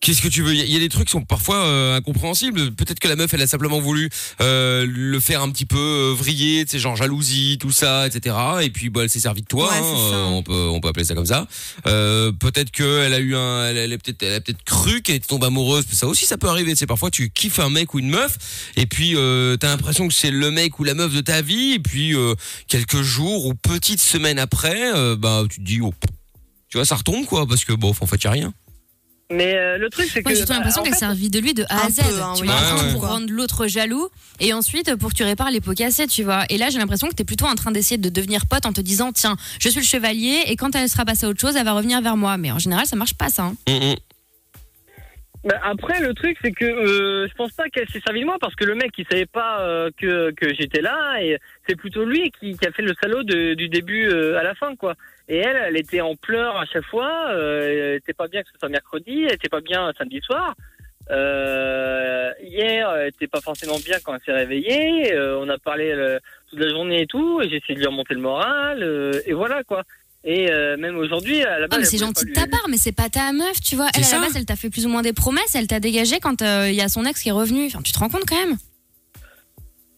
A: qu'est-ce que tu veux Il y a- il y, a des trucs qui sont parfois euh, incompréhensibles. Peut-être que la meuf, elle a simplement voulu euh, le faire un petit peu euh, vriller, tu sais, genre jalousie, tout ça, etc. Et puis, bah, elle s'est servie de toi.
G: Ouais,
A: hein,
G: c'est ça.
A: euh, on peut, on peut appeler ça comme ça. Euh, peut-être que elle a eu un, elle, elle est peut-être, elle a peut-être cru qu'elle était tombée amoureuse. Ça aussi, ça peut arriver. C'est parfois tu kiffes un mec ou une meuf, et puis euh, t'as l'impression que c'est le mec ou la meuf de ta vie, et puis euh, quelques jours ou petites semaines après, euh, bah tu te dis, oh, tu vois, ça retombe quoi, parce que bof, en fait, y a rien.
F: Mais euh, le truc, c'est
E: Moi,
F: que.
E: j'ai surtout
F: bah,
E: l'impression
F: en
E: qu'elle
F: fait,
E: servit de lui de A
G: Un
E: à Z.
G: peu, hein,
E: tu
G: oui.
E: vois,
A: Ouais,
E: avant
A: ouais.
E: pour rendre l'autre jaloux et ensuite pour que tu répares les pots cassés, tu vois. Et là, j'ai l'impression que t'es plutôt en train d'essayer de devenir pote en te disant tiens, je suis le
F: Ah
A: Mm,
E: chevalier et quand elle sera passée à autre chose, elle va revenir vers moi. Mais en général, ça marche pas ça. hein.
F: Bah, après, le truc, c'est que euh, je pense pas qu'elle s'est servie de moi parce que le mec, il savait pas euh, que, que j'étais là et c'est plutôt lui qui, qui a fait le salaud de- du début euh, à la fin, quoi. Et elle, elle était en pleurs à chaque fois. Euh, elle était pas bien que ce soit mercredi, elle était pas bien samedi soir. Euh, hier, elle était pas forcément bien quand elle s'est réveillée. euh, on a parlé euh, toute la journée et tout. et J'ai essayé de lui remonter le moral euh, et voilà, quoi. Et euh, même aujourd'hui, à la base,
E: Ah, mais
F: elle
E: c'est
F: voulait pas
E: gentil de
F: lui-
E: ta part, mais c'est pas ta meuf, tu vois. Elle,
A: C'est
E: à la
A: ça.
E: base, elle t'a fait plus ou moins des promesses, elle t'a dégagé quand euh, il y a son ex qui est revenu. Enfin, tu te rends compte quand même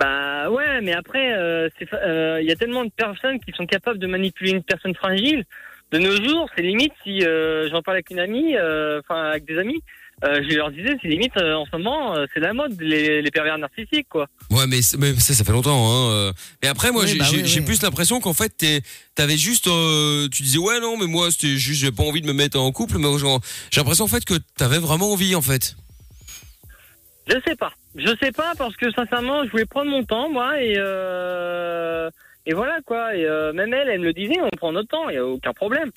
F: Bah ouais, mais après, euh, c'est fa- euh, il y a tellement de personnes qui sont capables de manipuler une personne fragile. De nos jours, c'est limite si euh, j'en parle avec une amie, euh, enfin avec des amis, euh, je leur disais, c'est limite euh, en ce moment, euh, c'est la mode les, les pervers narcissiques, quoi.
A: Ouais, mais, c'est- mais ça, ça fait longtemps. Hein. euh. Mais après, moi,
G: Oui,
A: j'ai
G: bah
A: j'ai-
G: oui,
A: j'ai
G: oui.
A: plus l'impression qu'en fait, t'es- t'avais juste, euh, tu disais ouais non, mais moi, c'était juste, j'ai pas envie de me mettre en couple. Mais genre, j'ai l'impression en fait que t'avais vraiment envie, en fait.
F: Je sais pas, je sais pas parce que sincèrement, je voulais prendre mon temps, moi, et euh, et voilà quoi. Et euh, même elle, elle me le disait, on prend notre temps, il y a aucun problème.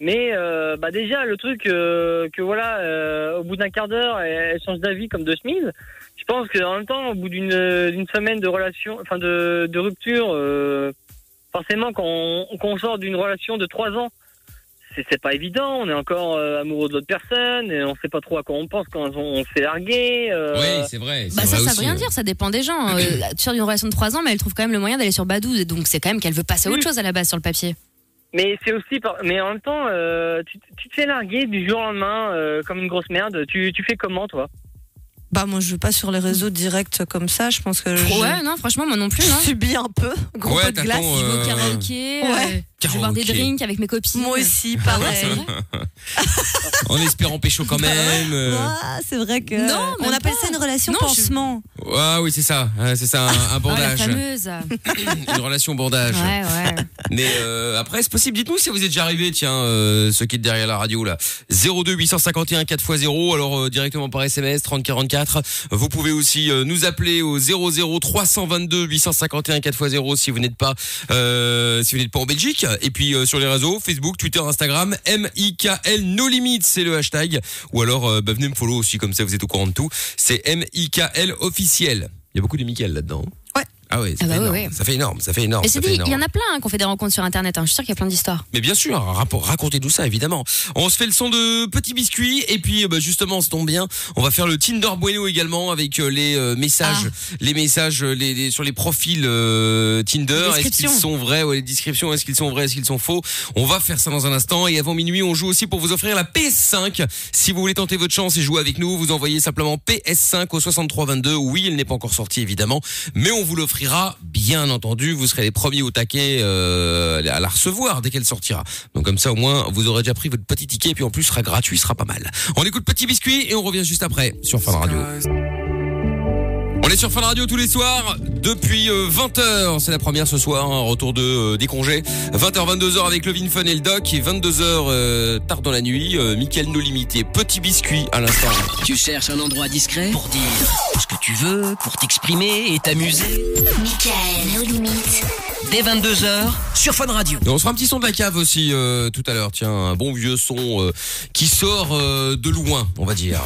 F: Mais euh, bah déjà le truc euh, que voilà, euh, au bout d'un quart d'heure, elle, elle change d'avis comme de chemise. Je pense que en même temps, au bout d'une d'une semaine de relation, enfin de, de rupture, euh, forcément quand on, quand on sort d'une relation de trois ans, c'est c'est pas évident. On est encore euh, amoureux de l'autre personne et on sait pas trop à quoi on pense quand on, on s'est largué. euh,
A: c'est vrai. hein.
E: Bah, ça, ça veut rien dire, ça dépend des gens. Euh, tu as une relation de 3 ans, mais elle trouve quand même le moyen d'aller sur Badou. Et Donc, c'est quand même qu'elle veut passer à autre
F: Oui.
E: chose à la base sur le papier.
F: Mais c'est aussi, par- mais en même temps, euh, tu, tu te fais larguer du jour au lendemain euh, comme une grosse merde. Tu, tu fais comment toi
G: Bah, moi, je veux pas sur les réseaux directs comme ça. Je pense que Euh, je
E: Ouais, non, franchement, moi non plus, hein. non.
G: subis un peu. Gros
A: Ouais,
G: pot de glace.
E: Je vais au
A: Euh,
E: karaoké, euh,
G: Ouais.
E: je vais boire des
A: Karaoké.
E: drinks avec mes copines.
G: Moi aussi,
E: Ah ouais,
G: pareil.
E: c'est vrai.
A: En espérant pécho
E: *laughs* Bah
A: quand même. euh.
G: Ah, c'est vrai que.
E: Non,
G: on
E: même
G: appelle
E: pas.
G: ça une relation
E: Non, je-
G: pansement.
A: Ah oui, c'est ça. ouais, C'est ça, un, un
E: *laughs* Ah, la
A: bandage,
E: fameuse. Ouais,
A: une relation bandage. *laughs*
E: ouais.
A: Mais euh, après, c'est possible. Dites-nous si vous êtes déjà arrivé, tiens, euh, ceux qui êtes derrière la radio là. 02 851 4x0. Alors euh, directement par SMS 3044. Vous pouvez aussi euh, nous appeler au 00 322 851 4x0 si vous n'êtes pas euh, si vous n'êtes pas en Belgique. Et puis euh, sur les réseaux Facebook, Twitter, Instagram, MIKL No Limit, c'est le hashtag. Ou alors euh, bah, venez me follow aussi comme ça vous êtes au courant de tout. C'est MIKL officiel. Il y a beaucoup de Michael là-dedans.
G: Ouais.
A: Ah ouais, ça,
E: Ah bah
A: fait
E: ouais,
A: énorme.
E: ouais.
A: ça fait énorme, ça fait énorme.
E: Et
A: ça
E: c'est
A: fait
E: dit, il
A: énorme.
E: y en a plein hein, qui ont fait des rencontres sur Internet. hein. Je suis sûr qu'il y a plein d'histoires.
A: Mais bien sûr, rapo- racontez-nous ça, évidemment. On se fait le son de Petit Biscuit, et puis euh, bah, justement, ça tombe bien, on va faire le Tinder Bueno également avec euh, les euh, messages,
E: Ah.
A: les messages euh, les, les- sur les profils euh, Tinder.
E: Les
A: Est-ce qu'ils
E: descriptions.
A: sont vrais ouais, Les descriptions, est-ce qu'ils sont vrais, est-ce qu'ils sont faux On va faire ça dans un instant, et avant minuit, on joue aussi pour vous offrir la PS5. Si vous voulez tenter votre chance et jouer avec nous, vous envoyez simplement PS5 au 6322. Oui, il n'est pas encore sorti, évidemment, mais on vous l'offrira, bien entendu. Vous serez les premiers au taquet euh, à la recevoir dès qu'elle sortira. Donc comme ça, au moins, vous aurez déjà pris votre petit ticket, et puis en plus, sera gratuit, sera pas mal. On écoute Petit Biscuit et on revient juste après sur Fun Radio. On est sur Fun Radio tous les soirs depuis 20h. C'est la première ce soir, hein, retour de euh, des congés. 20h 22h avec Levin Fun et le Doc et 22h euh, tard dans la nuit, euh, Mickaël No Limité, petit biscuit à l'instant.
B: Tu cherches un endroit discret pour dire ce que tu veux, pour t'exprimer et t'amuser.
I: Michael, aux limites.
B: Dès 22h sur Fun Radio.
A: Et on se fera un petit son de la cave aussi euh, tout à l'heure. Tiens, un bon vieux son euh, qui sort euh, de loin, on va dire.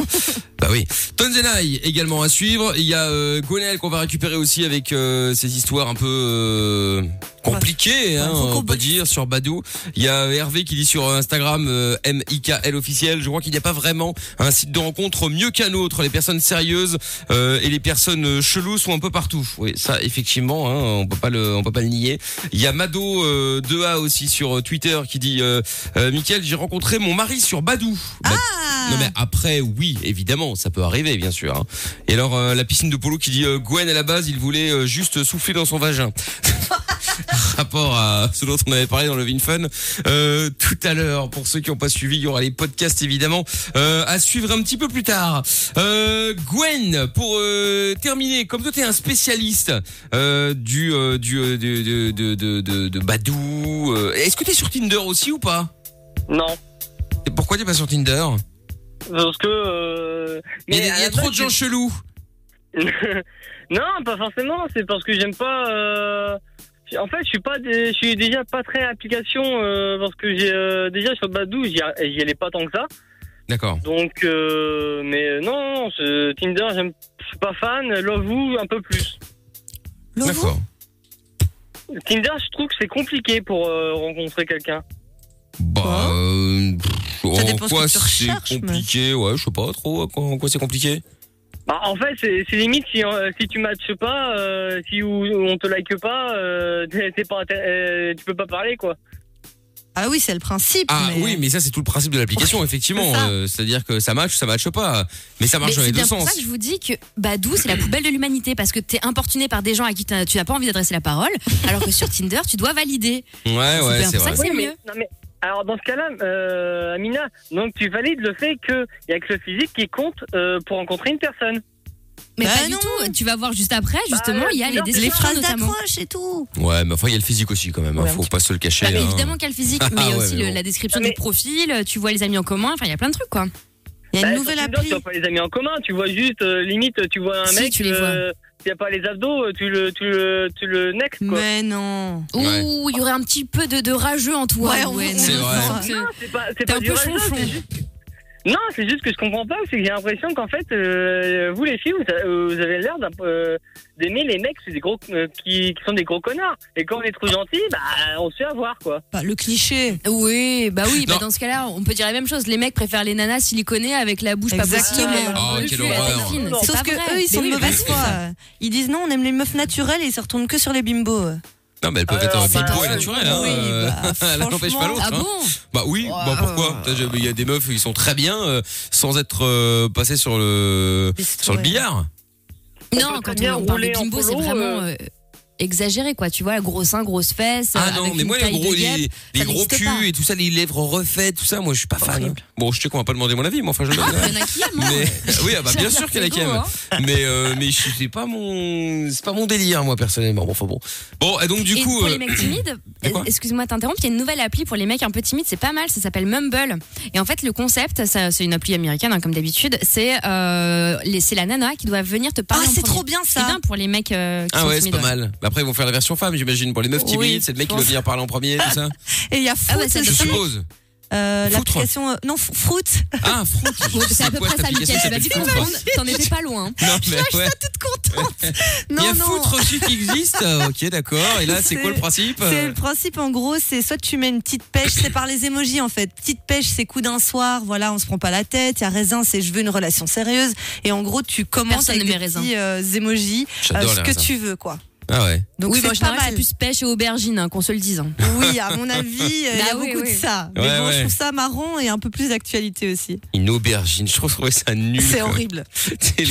A: bah oui. Tonzenai également à suivre. Il y a euh, Gonel qu'on va récupérer aussi avec euh, ses histoires un peu euh, compliquées, hein,
G: faut qu'on
A: on peut
G: bosse.
A: dire, sur Badou. Il y a euh, Hervé qui dit sur Instagram euh, MIKL officiel. Je crois qu'il n'y a pas vraiment un site de rencontre mieux qu'un autre. Les personnes sérieuses euh, et les personnes euh, cheloues sont un peu partout. Oui, ça effectivement, hein, on peut pas le, on peut pas le nier. Il y a Mado euh, 2A aussi sur euh, Twitter qui dit euh, euh, Mickaël, j'ai rencontré mon mari sur Badou. Bah,
G: Ah
A: non mais après, oui, évidemment, ça peut arriver, bien sûr. hein. Et alors euh, la piscine de Polo qui dit euh, Gwen à la base, il voulait euh, juste souffler dans son vagin. Rapport à ce dont on avait parlé dans le VinFun euh, tout à l'heure. Pour ceux qui n'ont pas suivi, il y aura les podcasts évidemment euh, à suivre un petit peu plus tard. Euh, Gwen, pour euh, terminer, comme toi t'es un spécialiste euh, du euh, du euh, de de de de, de- de Badou, euh, est-ce que t'es sur Tinder aussi ou pas
F: Non,
A: Et Pourquoi t'es pas sur Tinder
F: parce que euh,
A: Il y a, des- il
F: mais
A: y a
F: à la
A: trop
F: base,
A: de gens chelous.
F: *laughs* non, pas forcément. C'est parce que j'aime pas. euh, En fait, je suis pas, des- je suis déjà pas très application euh, parce que j'ai euh, déjà sur Badou, j'y j'y allais pas tant que ça.
A: D'accord.
F: Donc, euh, mais non, non, ce Tinder, j'aime- je suis pas fan. Lovoo, un peu plus.
A: D'accord.
F: Tinder, je trouve que c'est compliqué pour euh, rencontrer quelqu'un.
A: Bah, euh, pff,
F: Ça
A: en
F: dépend ce
A: quoi
F: que
A: c'est
F: tu recherches, mais-
A: compliqué Ouais, je sais pas trop. En quoi, en quoi c'est compliqué
F: Bah, en fait, c'est c'est limite si, euh, si tu matches pas, euh, si ou- ou on te like pas, euh, t'es- t'es pas intér- euh, tu peux pas parler quoi.
G: Ah oui, c'est le principe.
A: Ah
G: mais-
A: oui, mais ça c'est tout le principe de l'application, effectivement. Euh, C'est-à-dire que ça match, ça matche pas. Mais ça marche
E: Mais
A: dans les
E: c'est
A: deux
E: bien pour
A: sens.
E: ça que je vous dis que Badou, c'est la poubelle de l'humanité parce que t'es importuné par des gens à qui t'as- tu n'as pas envie d'adresser la parole, alors que sur Tinder, tu dois valider.
A: Ouais, ouais,
E: bien
A: c'est
E: pour
A: vrai.
E: ça que c'est
F: Oui, mais-
E: mieux.
F: non, mais- alors dans ce cas-là, euh, Amina, donc tu valides le fait qu'il y a que le physique qui compte euh, pour rencontrer une personne.
E: Mais
A: Bah
E: pas du tout. Tu vas voir juste après, justement, il y a les
G: Bah, les
E: descriptions
G: phrases
E: notamment.
G: d'accroche et tout.
A: Ouais, mais enfin, il y a le physique aussi quand même. hein,
E: Ouais, un
A: Faut pas se le cacher.
E: Bah, mais
A: hein.
E: évidemment qu'il y a le physique, mais
A: *laughs* Ah ouais,
E: aussi
A: mais
E: le-
A: bon.
E: la description du profil, tu vois les amis en commun, enfin il y a plein de trucs quoi.
G: Il
E: y a une
F: Bah,
E: nouvelle
F: sur Tinder,
E: appli.
F: Tu vois pas les amis en commun, tu vois juste euh, limite, tu vois un
E: Si,
F: mec.
E: tu les vois.
F: euh, S'il n'y a pas les abdos, euh, tu le, tu le, tu le next quoi.
G: Mais non.
E: Ouh, il y aurait un petit peu de, de rageux en toi.
G: Ouais, on-
E: Owen.
G: on- C'est
E: Je
G: vrai.
E: sens que
F: Non, c'est pas, c'est
E: T'es
F: pas
E: un
F: du
E: peu
F: rageant,
E: chonchon.
F: c'est juste- Non, c'est juste que je comprends pas, c'est que j'ai l'impression qu'en fait, euh, vous les filles, vous, a- euh, vous avez l'air d'un peu, euh, d'aimer les mecs, c'est des gros euh, qui, qui sont des gros connards. Et quand on est trop gentil, bah on se fait avoir quoi.
G: Bah, le cliché.
E: Oui, bah oui, bah
A: Non.
E: dans ce cas-là, on peut dire la même chose. Les mecs préfèrent les nanas siliconées avec la bouche
G: Exactement.
E: pas possible.
A: Oh,
E: Le
A: quelle
E: cul, la
A: horreur.
E: tête fine. C'est
G: Sauf
E: pas
G: que
E: vrai.
G: eux, ils sont
E: Mais
G: de
E: oui,
G: mauvaise
E: mais
G: foi. Ils disent non, on aime les meufs naturelles et ils se retournent que sur les bimbos.
A: Non, mais elles peuvent
F: Euh,
A: être
F: bah,
A: bimbo et
F: ouais.
A: naturelles. Hein.
G: Oui,
A: euh,
G: bah,
A: *laughs* elles n'empêchent pas
G: franchement.
A: l'autre.
E: Ah
A: hein.
E: bon
A: Bah oui, bah pourquoi T'as jamais- Il y a des meufs, ils sont très bien euh, sans être euh, passés sur le sur le
G: ouais.
A: billard.
E: Non,
F: peut
E: quand
F: très bien
E: on, on parle de
F: rouler en
E: bimbo, c'est
F: polo,
E: vraiment
F: euh.
E: euh, exagéré, quoi. Tu vois, gros seins, grosses fesses.
A: Ah
E: euh,
A: non,
E: avec
A: mais
E: une
A: moi les
E: taille de
A: gros,
E: guêpe,
A: les, les
E: ça
A: gros
E: n'existe
A: culs
E: pas.
A: et tout ça, les lèvres refaites, tout ça, moi je suis pas fan. Bon, je sais qu'on va pas demander mon avis, mais enfin je le donne.
E: *laughs* Il y en a qui aiment, hein.
A: *laughs* Mais oui, ah bah
E: *laughs*
A: bien sûr qu'il y en a qui
E: Go,
A: aiment.
E: hein.
A: Mais euh, mais je- c'est pas mon c'est pas mon délire moi personnellement. Bon, enfin bon. Bon, et donc du
E: et
A: coup
E: pour
A: euh,
E: les mecs timides,
A: c'est quoi
E: excuse-moi de t'interrompre, il y a une nouvelle appli pour les mecs un peu timides, c'est pas mal, ça s'appelle Mumble. Et en fait, le concept, ça, c'est une appli américaine hein, comme d'habitude, c'est euh, les- c'est la nana qui doit venir te parler.
G: Ah,
E: en
G: c'est
E: premier.
G: trop bien, ça.
E: C'est bien pour les mecs euh, qui
A: ah
E: sont
A: ouais, c'est
E: timides,
A: pas
E: ouais.
A: mal. Mais Après, ils vont faire la version femme, j'imagine. Pour les meufs
E: Oui,
A: timides, c'est le mec
E: je
A: qui veut
E: pense.
A: venir parler en premier, tout ça.
G: Et il y a
E: Ah *laughs*
G: Fruit
E: ouais, ça
A: Je
E: doit
G: aussi.
E: faire-
A: suppose.
G: Euh,
A: Foutre.
G: L'application. euh, non, Fr- Fruit.
A: Ah, fruit.
E: *laughs* Ouais, c'est à peu près ça, Bah, Mickaël. Tu vas vite comprendre. T'en étais pas loin. hein.
A: Non,
E: *laughs*
A: mais ouais.
G: *laughs* Toute contente.
A: Il y
G: Non,
A: a
G: non.
A: foutre aussi qui
G: *laughs*
A: existe. Ok, d'accord. Et là, c'est quoi le principe
G: C'est le principe en gros, c'est soit tu mets une petite pêche, c'est par les émojis en fait. Petite pêche, c'est coup d'un soir, voilà, on se prend pas la tête. Il y a raisin, c'est je veux une relation sérieuse. Et en gros, tu commences
E: Personne
G: avec
E: ne
G: des
E: met raisin.
G: petits euh, émojis,
A: J'adore les
G: ce que
A: raisins.
G: tu veux quoi.
A: Ah ouais.
G: Donc
E: oui, mais en
G: c'est pas
E: général, c'est
G: mal.
E: plus pêche et aubergine, hein, qu'on se le dise. hein.
G: Oui, à *laughs* mon avis, euh, il y a
E: Bah oui,
G: beaucoup
E: oui.
G: de ça. Mais
A: Ouais,
G: bon,
A: ouais.
G: je trouve ça marrant et un peu plus d'actualité aussi.
A: Une aubergine. Je trouve ça nul.
G: C'est
A: quoi.
G: horrible.
A: C'est